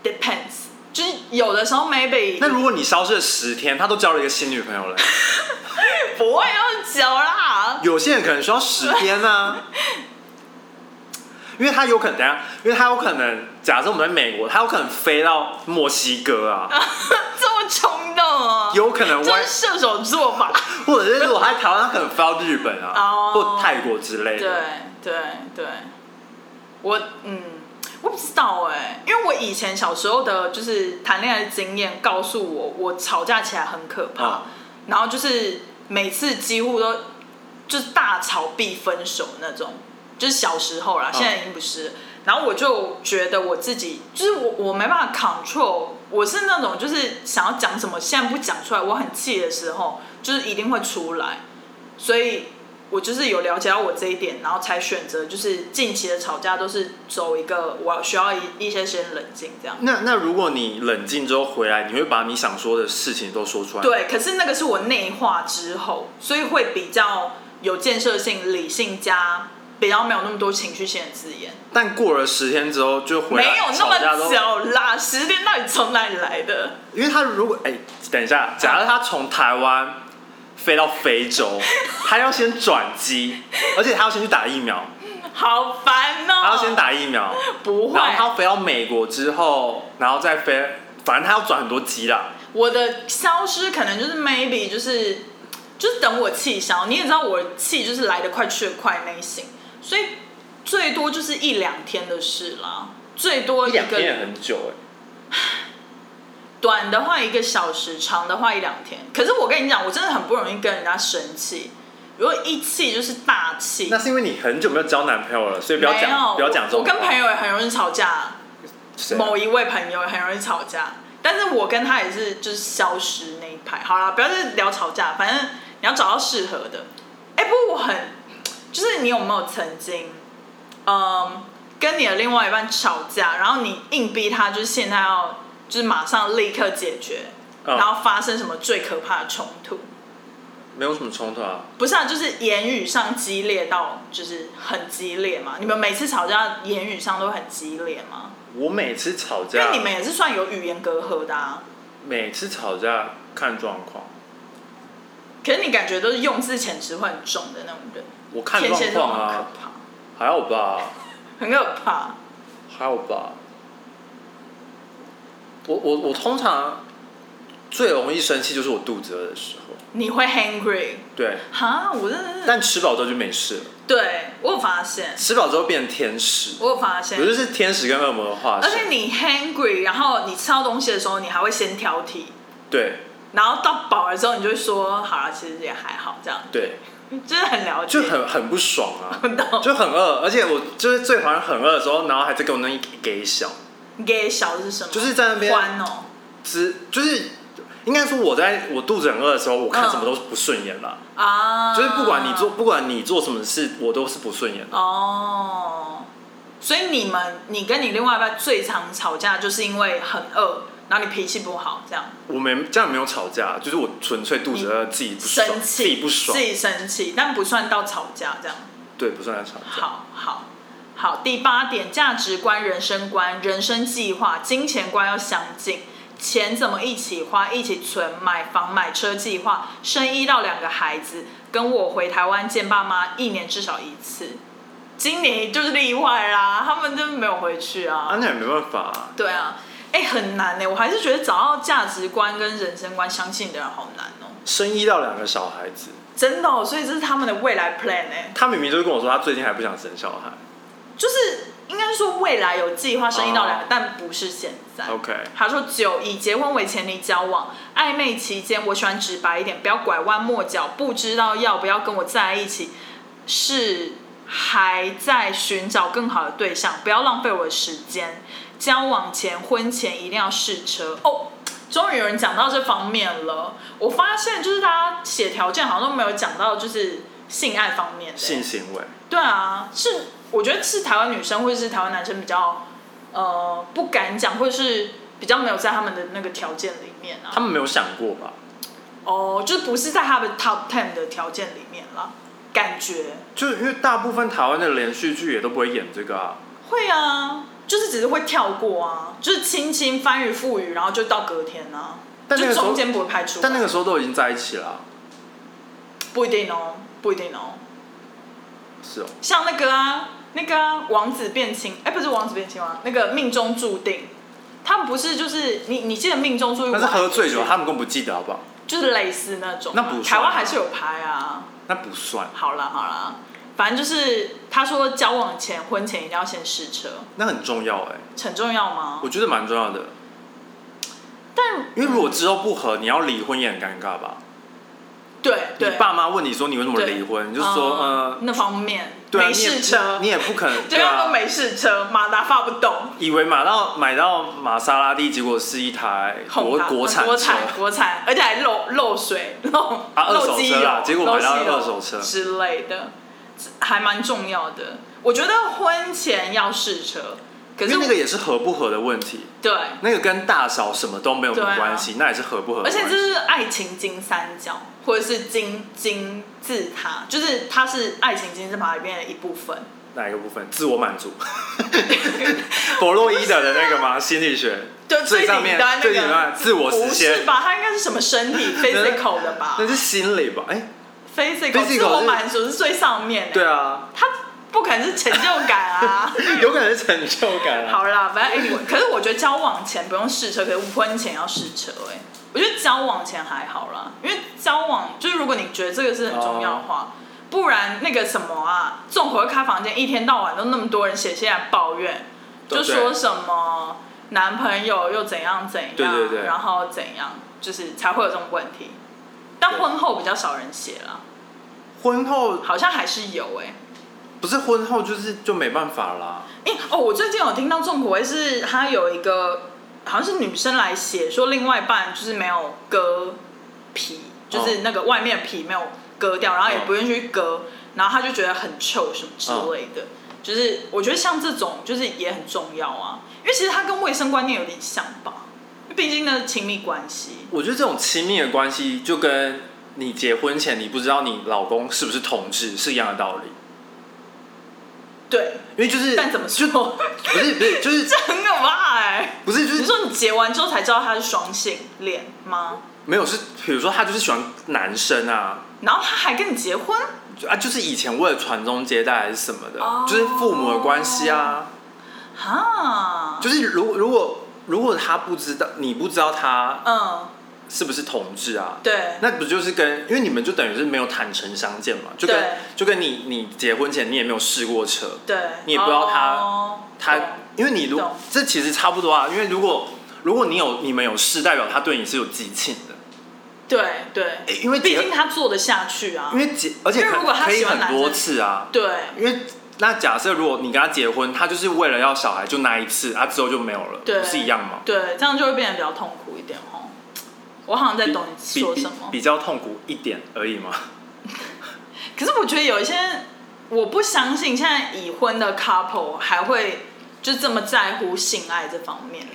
，depends，就是有的时候 maybe 那如果你消失了十天，他都交了一个新女朋友了，不会那么久啦，有些人可能需要十天啊，因为他有可能，等一下，因为他有可能，假设我们在美国，他有可能飞到墨西 哥啊，这么冲动哦，有可能这外哦是，射手座吧？或者是如果他在台湾，他可能飞到日本哦啊，或泰国之类对的。对对，我嗯，我不知道哎、因为我以前小时候的，就是谈恋爱的经验告诉我，我吵架起来很可怕，嗯然后就是每次几乎都就是大吵必分手那种，就是小时候啦，嗯现在已经不是了。然后我就觉得我自己就是我，我没办法 control，我是那种就是想要讲什么，现在不讲出来，我很气的时候，就是一定会出来。所以我就是有了解到我这一点，然后才选择就是近期的吵架都是走一个我需要一一些时间冷静这样。那那如果你冷静之后回来，你会把你想说的事情都说出来吗。对，可是那个是我内化之后，所以会比较有建设性、理性加比较没有那么多情绪性的字眼，啊但过了十天之后就回来，没有那吵架么都久啦。十天到底从哪里来的？因为他如果哎、等一下，假如他从台湾飞到非 洲，他要先转机，而且他要先去打疫苗，好烦哦、他要先打疫苗，不会然，后他要飞到美国之后，然后再飞，反正他要转很多机啦。我的消失可能就是 maybe 就是就是等我气消，你也知道我气就是来得快去得快那一型，所以最多就是一两天的事啦，最多一啊个很久哎、短的话一个小时，长的话一两天。可是我跟你讲，我真的很不容易跟人家生气，如果一气就是大气，那是因为你很久没有交男朋友了，所以不要没有讲，不要讲这我种话。跟朋友也很容易吵架，谁啊某一位朋友也很容易吵架，但是我跟他也是就是消失那一派。好啦，不要再聊吵架，反正你要找到适合的。哎、不过我很，就是你有没有曾经，嗯，跟你的另外一半吵架，然后你硬逼他，就是现在要，就是马上立刻解决，嗯然后发生什么最可怕的冲突？没有什么冲突啊，不是啊，就是言语上激烈到就是很激烈嘛。你们每次吵架言语上都很激烈吗？我每次吵因架为，你们也是算有语言隔阂的啊。每次吵架看状况，可是你感觉都是用字遣词会很重的那种人，我看天状蝎座况很可啊，怕，还好吧。很可怕。还有吧。我我我通常最容易生气就是我肚子饿的时候，你会 hungry 对。哈？我真的是，但吃饱之后就没事了，对我有发现，吃饱之后变成天使，我有发我现，就是天使跟恶魔的化而且身。你 hungry，然后你吃到东西的时候，你还会先挑剔，对然后到饱了之后，你就会说好了，其实也还好，这样对，就是很了解，就很很不爽 啊，很懂。就很饿，而且我就是最讨厌很饿的时候，然后还在给我弄一给小，给小的是什么？就是在那边欢哦，只就是应该说我在我肚子很饿的时候，我看什么都不顺眼啦，啊，就是不管你做不管你做什么事，我都是不顺眼的。哦，所以你们，你跟你另外一半最常吵架，就是因为很饿，然后你脾气不好，这样我没这样没有吵架，就是我纯粹肚子饿，自己不爽生，自气，己不爽自，己生气，但不算到吵架这样。对，不算在吵架。好好好，第八点，价值观、人生观、人生计划、金钱观要相近。钱怎么一起花、一起存、买房、买车计划，生一到两个孩子，跟我回台湾见爸妈，一年至少一次。今年就是例外啦，他们就没有回去啊，那也没办法、啊，对啊，哎、很难呢、我还是觉得找到价值观跟人生观相信的人好难哦、生一到两个小孩子，真的、哦，所以这是他们的未来 plan 哎、他明明就是跟我说他最近还不想生小孩。就是应该说未来有计划生一到两个，哦但不是现在。 OK，他说九以结婚为前提交往，暧昧期间我喜欢直白一点，不要拐弯抹角，不知道要不要跟我在一起，是还在寻找更好的对象，不要浪费我的时间。交往前、婚前一定要试车哦。终于有人讲到这方面了。我发现就是大家写条件好像都没有讲到就是性爱方面的。性行为，对啊，是我觉得是台湾女生或者是台湾男生比较呃不敢讲，或者是比较没有在他们的那个条件里面他啊。们没有想过吧？哦，就是不是在他们 top ten 的条件里面啦。感觉就是因为大部分台湾的连续剧也都不会演这个啊。会啊，就是只是会跳过啊，就是轻轻翻云覆雨，然后就到隔天啊，但那就个时候中间不会拍出来。但那个时候都已经在一起了啊、不一定哦，不一定哦。是哦，像那个啊，那个啊，王子变青，哎、不是王子变青蛙，那个命中注定，他们不是就是你你记得命中注定？那是喝醉酒，他们根本不记得好不好？就是类似那种啊，那不算啊台湾还是有拍啊。那不算，好啦好啦，反正就是他说交往前、婚前一定要先试车，那很重要哎、很重要吗？我觉得蛮重要的。但因为如果之后不和，你要离婚也很尴尬吧？对你对，爸妈问你说你为什么离婚，你就说嗯呃，那方面对啊，没你也试车，你也不可能， 对对他啊说，没试车，马达发不动，以为买到买到玛莎拉蒂，结果是一台轰国他嗯国产国车，产国产，而且还漏漏水漏啊二漏手机车啊油，结果买到漏机油二手车之类的，还蛮重要的。我觉得婚前要试车，可因是为那个也是合不合的问题，对，那个跟大小什么都没有对啊关系，那也是合不合的啊而关系。且这是爱情金三角，或者是金金字塔，就是它是爱情金字塔里面的一部分。哪一个部分？自我满足， 弗洛伊德的那个吗？心理学对，最上面顶端最顶那端个自我实不是现，吧？它应该是什么身 体 physical 的吧那是心理吧？哎， ？physical physical 自我是满足是最上面的。对啊，他不可能是成就感 啊。有可能是成就感啊。好啦，反正 anyway，可是我觉得交往前不用试车，可是婚前要试车、欸。哎，我觉得交往前还好啦，因为交往就是如果你觉得这个是很重要的哦话，不然那个什么啊，综合开房间一天到晚都那么多人写信来抱怨，对就说什么男朋友又怎样怎样，对对对然后怎样，就是才会有这种问题。但对婚后比较少人写了，婚后好像还是有哎、欸不是婚后，就是就没办法啦。哎、哦，我最近有听到仲国威是他有一个好像是女生来写说另外一半就是没有割皮，就是那个外面的皮没有割掉，然后也不愿意去割，然后他就觉得很臭什么之类的。就是我觉得像这种就是也很重要啊，因为其实它跟卫生观念有点像吧，因为毕竟那是亲密关系。我觉得这种亲密的关系，就跟你结婚前你不知道你老公是不是同志是一样的道理。对，因为就是但怎么说，不是不是就是 这 很可怕哎、不是就你是说你结完之后才知道他是双性恋吗？没有是，比如说他就是喜欢男生啊，然后他还跟你结婚？就啊，就是以前为了传宗接代还是什么的，哦就是父母的关系啊，哈，就是如如果如果他不知道，你不知道他嗯，是不是同志啊，对，那不就是跟因为你们就等于是没有坦诚相见嘛，就对跟就跟你你结婚前你也没有试过车，对，你也不知道他哦他懂因为你如懂这其实差不多啊，因为如果如果你有你们有试，代表他对你是有激情的，对对，诶因为毕结竟他做得下去啊哎因，为结而且因为如果他可可以喜欢很男多生次啊，对因为那假设如果你跟他结婚，他就是为了要小孩，就那一次，啊之后就没有了，对，不是一样吗？对，这样就会变得比较痛苦一点哦。我好像在懂你说什么比比，比较痛苦一点而已嘛。可是我觉得有一些我不相信，现在已婚的 couple 还会就这么在乎性爱这方面呢。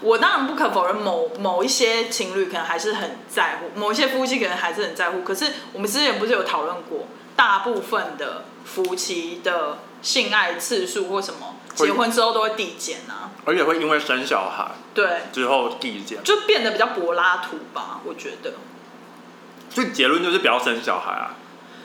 我当然不可否认某，某一些情侣可能还是很在乎，某一些夫妻可能还是很在乎。可是我们之前不是有讨论过，大部分的夫妻的性爱次数或什么，会结婚之后都会递减啊，而且会因为生小孩对，之后递减，就变得比较柏拉图吧，我觉得。就结论就是不要生小孩啊。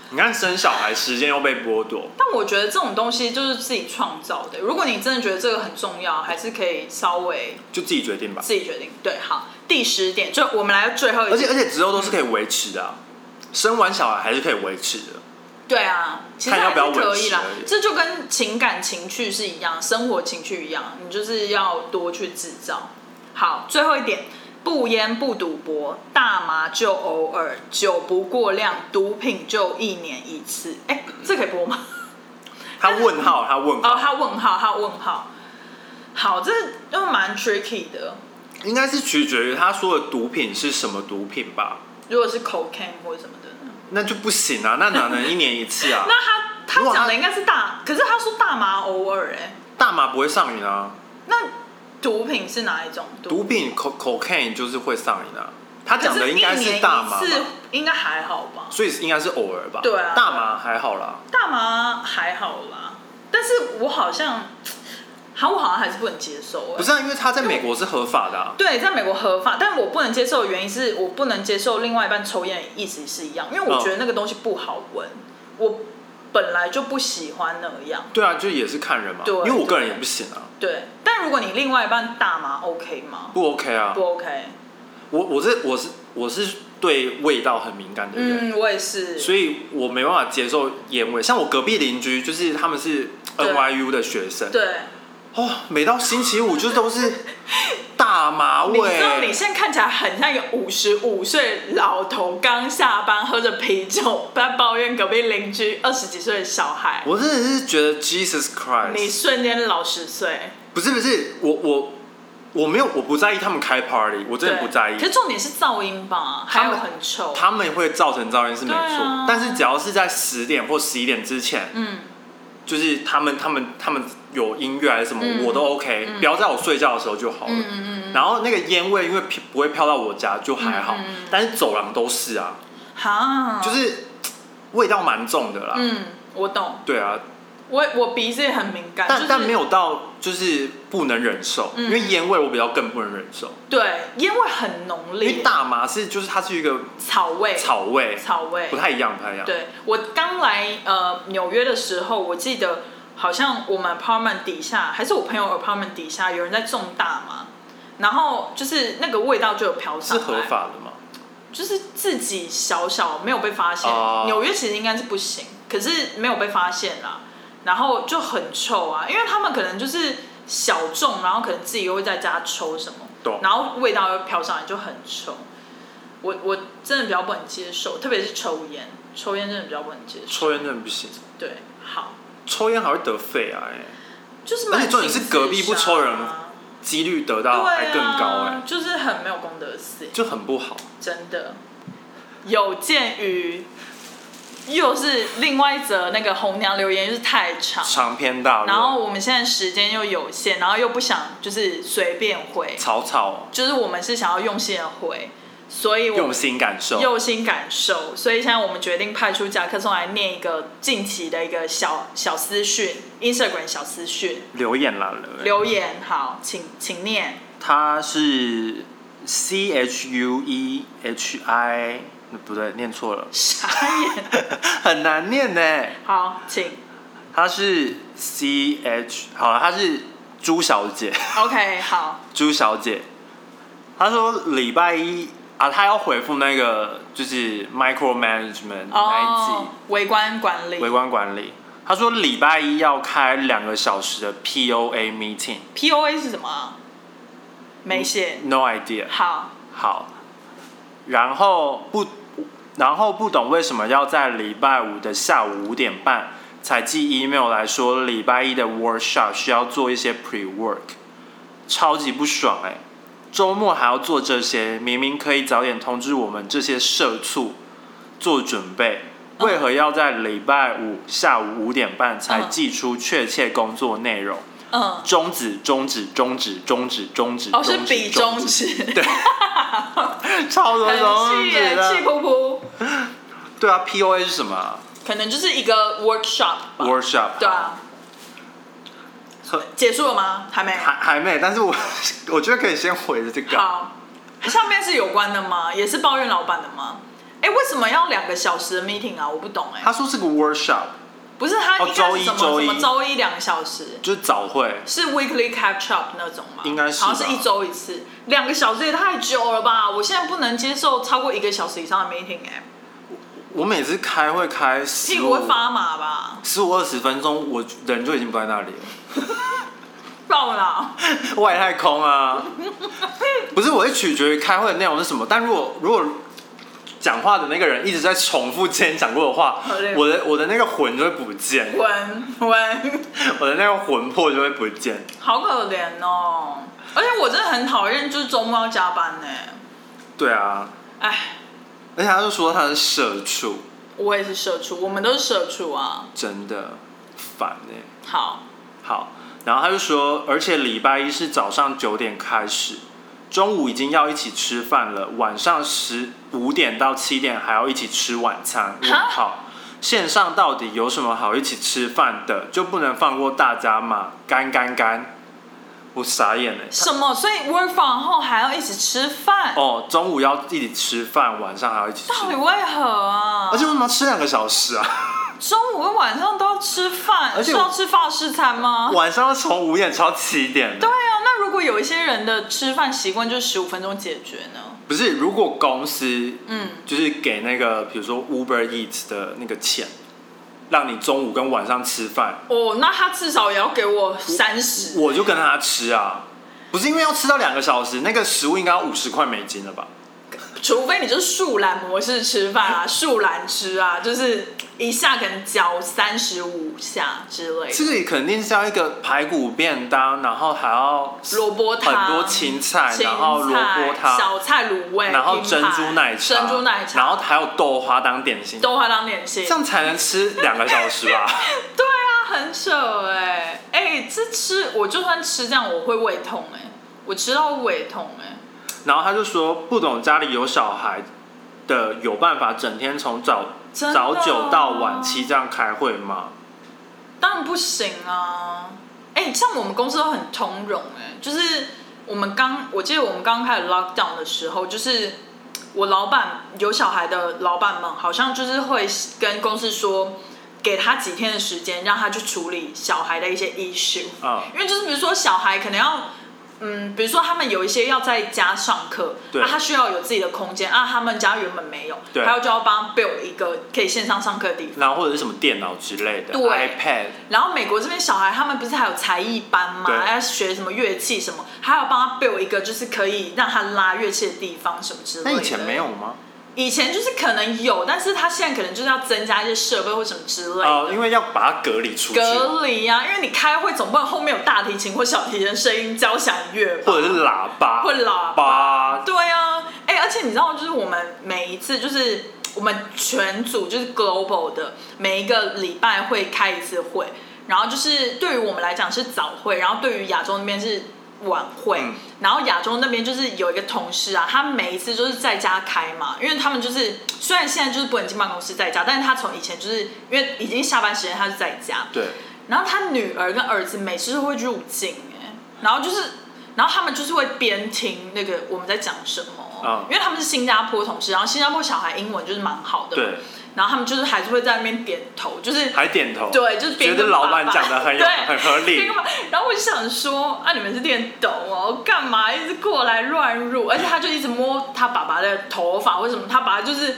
你看生小孩时间又被剥夺，但我觉得这种东西就是自己创造的，欸如果你真的觉得这个很重要，还是可以稍微就自己决定吧。自己决定。对，好，第十点，就我们来到最后一而点。且而且之后都是可以维持的、啊，生完小孩还是可以维持的。对啊，其实看要还不要是可维以持啦而已。这就跟情感情趣是一样，生活情趣一样，你就是要多去制造。好，最后一点，不烟不赌博，大麻就偶尔，酒不过量，毒品就一年一次。哎、这可以播吗？他问号，他问 号，哦，他问号，他问号。好，这就蛮 tricky 的。应该是取决于他说的毒品是什么毒品吧？如果是 cocaine 或者什么的呢？那就不行啊，那哪能一年一次 啊？那他如他果他讲的应该是大，可是他说大麻偶尔哎、大麻不会上瘾啊。那毒品是哪一种？毒品 co cocaine 就是会上瘾啊。他可讲的是一应该年是大麻一吧次应该还好吧？所以应该是偶尔吧。对啊大麻还好啦。大麻还好啦，但是我好像，好，我好像还是不能接受、欸。不是啊，因为他在美国是合法的、啊。对，在美国合法，但我不能接受的原因是我不能接受另外一半抽烟的意思是一样，因为我觉得那个东西不好闻，我本来就不喜欢那样。对啊，就也是看人嘛。对因为我个人也不行啊，对，但如果你另外一半大麻，OK 吗？不 OK 啊。不 OK。我我是我是我是对味道很敏感的人，嗯，我也是。所以我没办法接受烟味。像我隔壁邻居，就是他们是对 NYU 的学生，对，哦，每到星期五就都是大麻 你知道你味。现在看起来很像一个五十五岁老头，刚下班喝着啤酒，在抱怨隔壁邻居二十几岁的小孩。我真的是觉得 Jesus 你 Christ，瞬间老十岁，不是不是，我我我没有我不在意他们开 party，我真的对不在意可。是重点是噪音吧，他还们有很臭。他们会造成噪音是没错，对啊但是只要是在十点或十一点之前，嗯，就是他们他们他们有音乐还是什么，嗯我都 OK，、不要在我睡觉的时候就好了。然后那个烟味因为飘不会飘到我家就还好，嗯嗯嗯但是走廊都是啊，哈，就是嘖味道蛮重的啦。嗯，我懂，对啊，我我鼻子也很敏感，但、就是但没有到就是不能忍受，嗯因为烟味我比较更不能忍受，对，烟味很浓因为烈，大麻是就是它是一个草味，草味，草味不，太一样，不太一样。对我刚来呃纽约的时候，我记得好像我们 apartment 底下，还是我朋友 apartment 底下有人在种大麻，然后就是那个味道就有飘上是来，合法的嘛？就是自己小小没有被发现哦。纽、约其实应该是不行，可是没有被发现啦，然后就很臭啊，因为他们可能就是小众，然后可能自己又会在家抽什么懂，然后味道又飘上来就很臭。我我真的比较不能接受，特别是抽烟，抽烟真的比较不能接受。抽烟真的不行，对，好，抽烟还会得肺癌、欸，就是而且重点是隔壁不抽的人慢性自杀啊几率得对到还更高哎、啊，就是很没有公德心。就很不好。真的。有鉴于，又是另外一则那个红娘留言，就是太长，长篇大论，然后我们现在时间又有限，然后又不想就是随便回，草草就是我们是想要用心的回，所以我用们心哦感受，用心感受，所以现在我们决定派出夹克松来念一个近期的一个小小私讯，Instagram 小私讯留言啦了。留言，好，请请念，他是 C H U E H I，不对，念错 了，傻眼，很难念呢。好，请他是 C H，好了，他是朱小姐， ，OK，好，朱小姐。他说礼拜一啊，他要回复那个就是 micro management 那一哦集，围观管理微观管理。他说礼拜一要开两个小时的 POA meeting。 POA 是什么啊？没写。 No idea。好，好，然后不，然后不懂为什么要在礼拜五的下午五点半才寄 email 来说礼拜一的 workshop 需要做一些 pre work，超级不爽哎、周末还要做这些，明明可以早点通知我们这些社畜做准备，嗯为何要在礼拜五下午五点半才嗯寄出确切工作内容？嗯，终止，终止，终止，终止，终止，哦，是终止比终中止指， 超多很东气西耶，气的。噗噗。对啊，POA 是什么啊可能就是一个 workshop 吧。 ？Workshop。对。啊，呵结束了吗？还没。还还没，但是我 我觉得可以先回这个。好，上面是有关的吗？也是抱怨老板的吗？哎，为什么要两个小时的 meeting 啊？我不懂哎他。说是个 workshop，不是他哦应该周是一什么周一什么周一两个小时？就是早会，是 weekly catch up 那种吗？应该是吧好像是一周一次，两个小时也太久了吧！我现在不能接受超过一个小时以上的 meeting 哎、我每次开会开屁十股五会发麻吧？十五二十分钟，我人就已经不在那里了，爆了！外太空啊！ 不是，我会取决于开会的内容是什么，但如果如果讲话的那个人一直在重复之前讲过的话好累，我的我的那个魂就会不见，闻闻，我的那个魂魄就会不见。好可怜哦！而且我真的很讨厌，就是周末要加班呢、对啊，哎，而且他就说他是社畜，我也是社畜，我们都是社畜啊。真的烦哎、好，好，然后他就说，而且礼拜一是早上九点开始，中午已经要一起吃饭了，晚上十五点到七点还要一起吃晚餐。问哈号，线上到底有什么好一起吃饭的？就不能放过大家吗？干干干！我傻眼了。什么？所以 work from home 还要一起吃饭，哦，中午要一起吃饭，晚上还要一起吃到底为何啊而？且为什么要吃两个小时啊？ 中午跟晚上都要吃饭，而且是我要吃法式餐吗？晚上要从五点吃到七点对的。啊，那如果有一些人的吃饭习惯就是十五分钟解决呢？不是，如果公司嗯，就是给那个，比如说 Uber Eats 的那个钱，让你中午跟晚上吃饭，哦，那他至少也要给我三十。我就跟他吃啊，不是因为要吃到两个小时，那个食物应该要五十块美金了吧？除非你就是树懒模式吃饭嗯啊，树懒吃啊，就是一下可能嚼三十五下之类这的。个肯定是要一个排骨便当，然后还要萝卜汤，很多青菜，青然后萝卜菜汤，小菜卤味，然后拼珍盘珠奶茶，珍珠奶茶，然后还有豆花当点心，豆花当点心这。样才能吃两个小时吧？对啊，很扯哎、哎、这吃我就算吃这样，我会胃痛哎、我吃到胃痛哎、然后他就说不懂家里有小孩的有办法整天从早真的早九到晚七这样开会吗？当然不行啊！哎、像我们公司都很通融哎、就是我们刚我记得我们刚开始 lockdown 的时候，就是我老板有小孩的老板们，好像就是会跟公司说，给他几天的时间，让他去处理小孩的一些 issue。啊、因为就是比如说小孩可能要，嗯，比如说他们有一些要在家上课，对啊，他需要有自己的空间啊，他们家原本没有，对还有就要帮他 build 一个可以线上上课的地方。然后或者是什么电脑之类的对，iPad，然后美国这边小孩他们不是还有才艺班嘛，对要学什么乐器什么，还要帮他 build 一个就是可以让他拉乐器的地方什么之类那的。以前没有，吗？以前就是可能有，但是他现在可能就是要增加一些设备或什么之类的。哦、因为要把它隔离出去，隔离啊，因为你开会总不能后面有大提琴或小提琴的声音交响乐吧？或者是喇叭，会喇叭对啊，哎、而且你知道，就是我们每一次就是我们全组就是 global 的，每一个礼拜会开一次会，然后就是对于我们来讲是早会，然后对于亚洲那边是。晚会，嗯然后亚洲那边就是有一个同事啊，他每一次就是在家开嘛，因为他们就是虽然现在就是不能进办公室在家，但是他从以前就是因为已经下班时间他就在家，对，然后他女儿跟儿子每次都会入境哎、然后就是，然后他们就是会边听那个我们在讲什么，嗯因为他们是新加坡同事，然后新加坡小孩英文就是蛮好的，对，然后他们就是还是会在那边点头，就是还点头，对，就是边哦觉得跟老爸板爸讲的很有对很合理边跟，爸然后我就想说，啊，你们是练抖哦，干嘛一直过来乱入？而且他就一直摸他爸爸的头发，为什么？他爸爸就是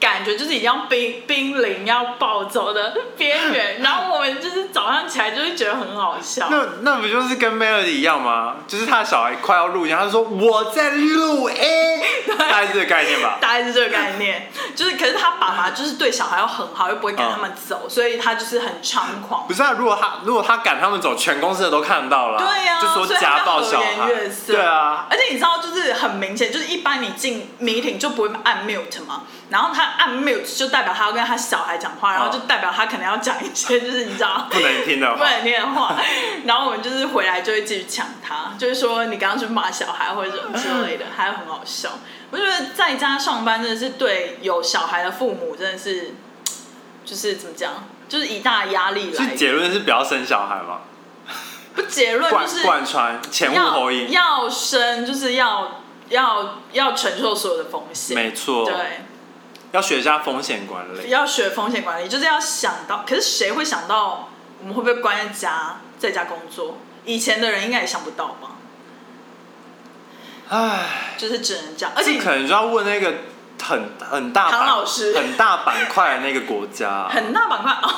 感觉就是已经要濒濒临要暴走的边缘。然后我们就是早上起来就会觉得很好笑。那那不就是跟 Melody 一样吗？就是他的小孩快要录音，他说我在录哎，大概是这个概念吧。大概是这个概念，就是可是他爸爸就是对小孩又很好，又不会赶他们走，嗯所以他就是很猖狂不。是啊，如果他如果他赶他们走，全公司的都看到了啊，对呀、就说家暴所小以他孩们和颜悦，色对啊，而且你知道，就是很明显，就是一般你进 meeting 就不会按 mute 嘛，然后他按 mute 就代表他要跟他小孩讲哦话，然后就代表他可能要讲一些就是你知 道不能听的不话，能听的话，然后我们就是回来就会继续抢他，就是说你刚刚去骂小孩或者什么之 类的，还很好笑。我觉得在家上班真的是对有小孩的父母真的是，就是怎么讲，就是一大压力所来以源。结论是不要生小孩嘛，不结论贯就是贯穿前要后后音，要生就是要要要承受所有的风险，没错，对，要学一下风险管理。要学风险管理，就是要想到，可是谁会想到我们会不会关在家在家工作？以前的人应该也想不到吧，唉，就是只能这样，而且这可能就要问那个很很大唐板老师很大板块的那个国家啊，很大板块 哦，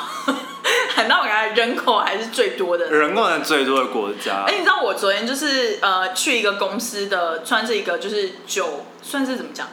很大板块人口还是最多的，人工人最多的国家哎、，你知道我昨天就是呃去一个公司的，算是一个就是酒，算是怎么讲？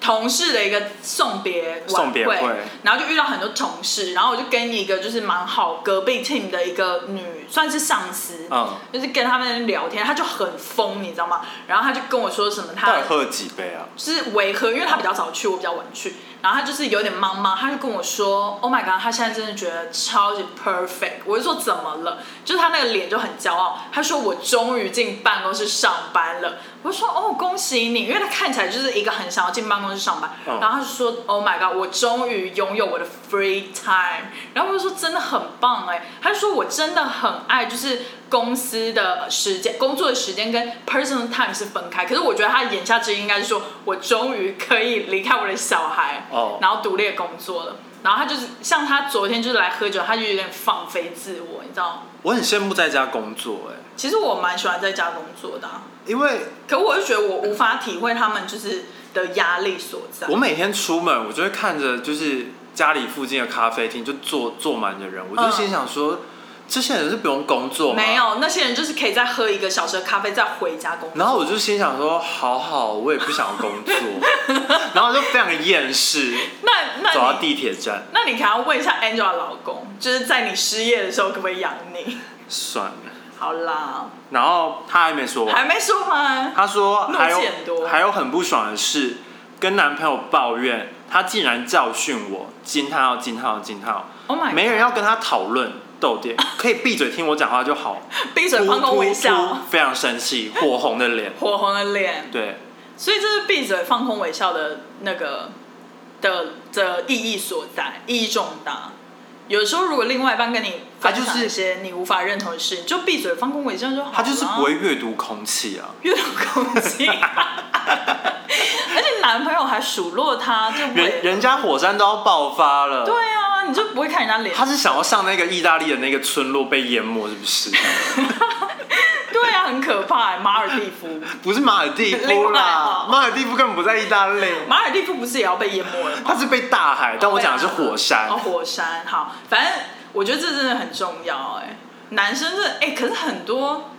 同事的一个送别晚送别会然后就遇到很多同事，然后我就跟一个就是蛮好隔壁 team 的一个女，算是上司，嗯，就是跟他们聊天，她就很疯，你知道吗？然后她就跟我说什么，她到底喝了几杯啊？就是违和，因为他比较早去，我比较晚去。然后他就是有点茫茫，他就跟我说：“Oh my god！” 他现在真的觉得超级 perfect。我就说怎么了？就是他那个脸就很骄傲，他说：“我终于进办公室上班了。”我就说：“哦，恭喜你！”因为他看起来就是一个很想要进办公室上班。嗯然后他就说：“Oh my god！” 我终于拥有我的 free time。然后我就说：“真的很棒哎、他就说：“我真的很爱，就是公司的时间、工作的时间跟 personal time 是分开。可是我觉得他言下之意应该是说，我终于可以离开我的小孩，哦然后独立地工作了。然后他就是像他昨天就是来喝酒，他就有点放飞自我，你知道吗？我很羡慕在家工作、哎，其实我蛮喜欢在家工作的啊、因为可我就觉得我无法体会他们就是的压力所在我。每天出门，我就会看着就是家里附近的咖啡厅就坐坐满的人，我就心想说，这些人是不用工作吗？嗯没。有那些人就是可以再喝一个小时的咖啡再回家工作。然后我就心想说，好好，我也不想工 作，然后我就非常的厌世，那那走到你地铁站，那你可能要问一下 Angela 老公，就是在你失业的时候可不可以养 你？算了。好啦，然后他还没说完，还没说完。他说还有怒气很多还有很不爽的是，跟男朋友抱怨，他竟然教训我，惊叹号惊叹号惊叹号， Oh my，没人要跟他讨论逗点，可以闭嘴听我讲话就好。闭嘴，放空微噗笑噗，噗非常生气，火红的脸。火红的脸。对，所以这是闭嘴放空微笑的那个的的意义所在，意义重大。有时候如果另外一半跟你他分就是享一些你无法认同的事，你就闭嘴放空微笑就好了。啊他就是不会阅读空气啊，阅读空 气，而且男朋友还数落他，就不人会人家火山都要爆发了。对啊，你就不会看人家脸他。是想要上那个意大利的那个村落被淹没，是 不是？对啊，很可怕、欸。马尔蒂夫，不是马尔蒂夫另外啦哦，马尔蒂夫根本不在意大 利，马尔蒂夫不是也要被淹没了吗？他是被大海，但我讲的是火山哦，。火山。好，反正我觉得这真的很重要、哎，男生这哎、可是很多，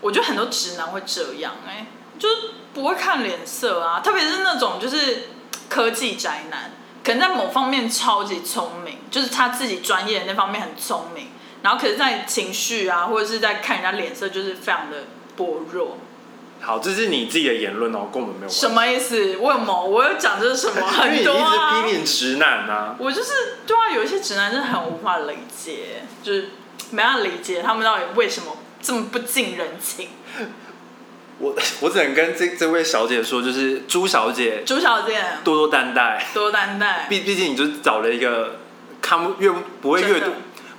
我觉得很多直男会这样、哎，就是不会看脸色啊，特别是那种就是科技宅男，可能在某方面超级聪明，就是他自己专业的那方面很聪明，然后可是在情绪啊，或者是在看人家脸色，就是非常的薄弱。好，这是你自己的言论哦，跟我们没有关系什。么意思？为什么？我有讲这是什 么？因为你很一多直啊。批评直男啊，我就是对啊，有一些直男真的很无法理解，就是没办法理解他们到底为什么这么不近人情。我 我只能跟这这位小姐说，就是朱小姐朱小姐多多担待。多担待，毕毕竟你就是找了一个看不阅不会阅真读的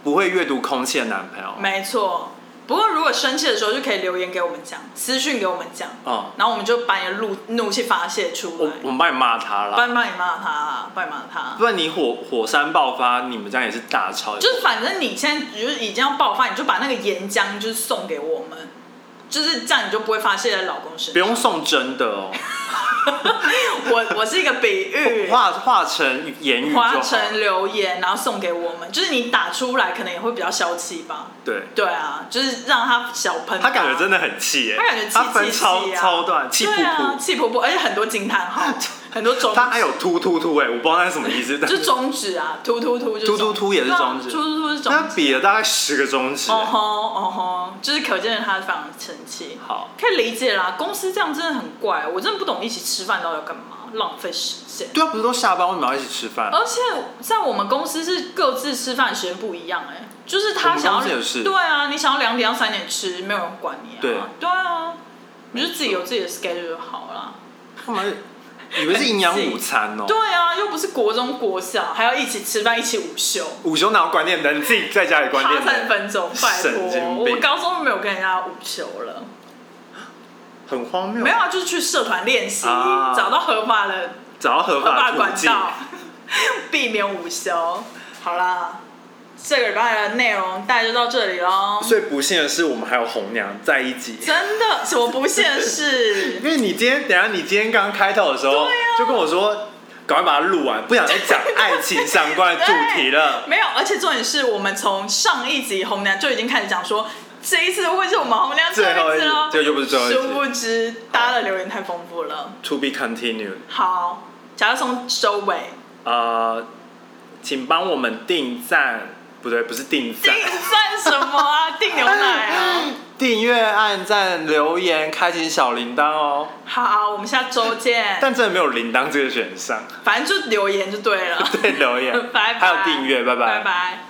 不会阅读空气的男朋友。没错。不过如果生气的时候就可以留言给我们讲，私讯给我们讲，嗯，然后我们就把你的怒怒气发泄出我来，我们帮你骂他啦，帮帮你骂他，帮你骂他。不然你火火山爆发，你们这样也是大吵。就是反正你现在就是已经要爆发，你就把那个岩浆就是送给我们，就是这样你就不会发泄在老公身不上。用送真的 哦，我我是一个比 喻，化化成言语就花好。城留言，然后送给我们，就是你打出来可能也会比较消气吧。对，对啊，就是让他小喷发。他感觉真的很气耶，他感觉气他分气气超啊超段，气噗对啊，噗，气噗噗，而且很多惊叹 号，很多中，他还有突突突哎，我不知道那是什么意思，但就是中指啊，突突突就是突中突突也是中指对啊突突突是中他指。比了大概十个钟指耶。哦吼哦吼，就是可见他非常生气，好，可以理解啦。公司这样真的很怪，我真的不懂一起吃饭到底要干嘛，浪费时间。对啊，不是都下班为什么要一起吃饭？而且在我们公司是各自吃饭时间不一样、哎，就是他想要我们公司也是对啊，你想要两点到三点吃，没有人管你啊。对啊，你就没错自己有自己的 schedule 就好啦。干嘛？以为是营养午餐哦。对啊，又不是国中国小，还要一起吃饭，一起午休，午休哪有关电灯？自己在家里关差电三灯，分钟，拜神托，经病我高中没有跟人家午休了，很荒谬。没有啊，就是去社团练习，啊找到合法的找到合合法法的管途径。道， 避免午休。好啦，这个礼拜的内容大概就到这里喽。最不幸的是，我们还有红娘在一起。真的，什么不现实因？为你今天，等一下你今天刚开头的时候，啊就跟我说，赶快把它录完，不想再讲爱情相关的主 题了。 没有，而且重点是我们从上一集红娘就已经开始讲说，这一次会是我们红娘最后一一次喽。这就不是最后一殊集不知大家的留言太丰富了。 ，To be continued。好，假如从收尾，呃，请帮我们订赞，不对，不是订订赞， 赞什么啊？订牛奶啊？订阅、按赞、留言、开启小铃铛哦。好，我们下周见。但真的没有铃铛这个选项，反正就留言就对了。对，留言 ，拜拜。还有订阅，拜拜拜。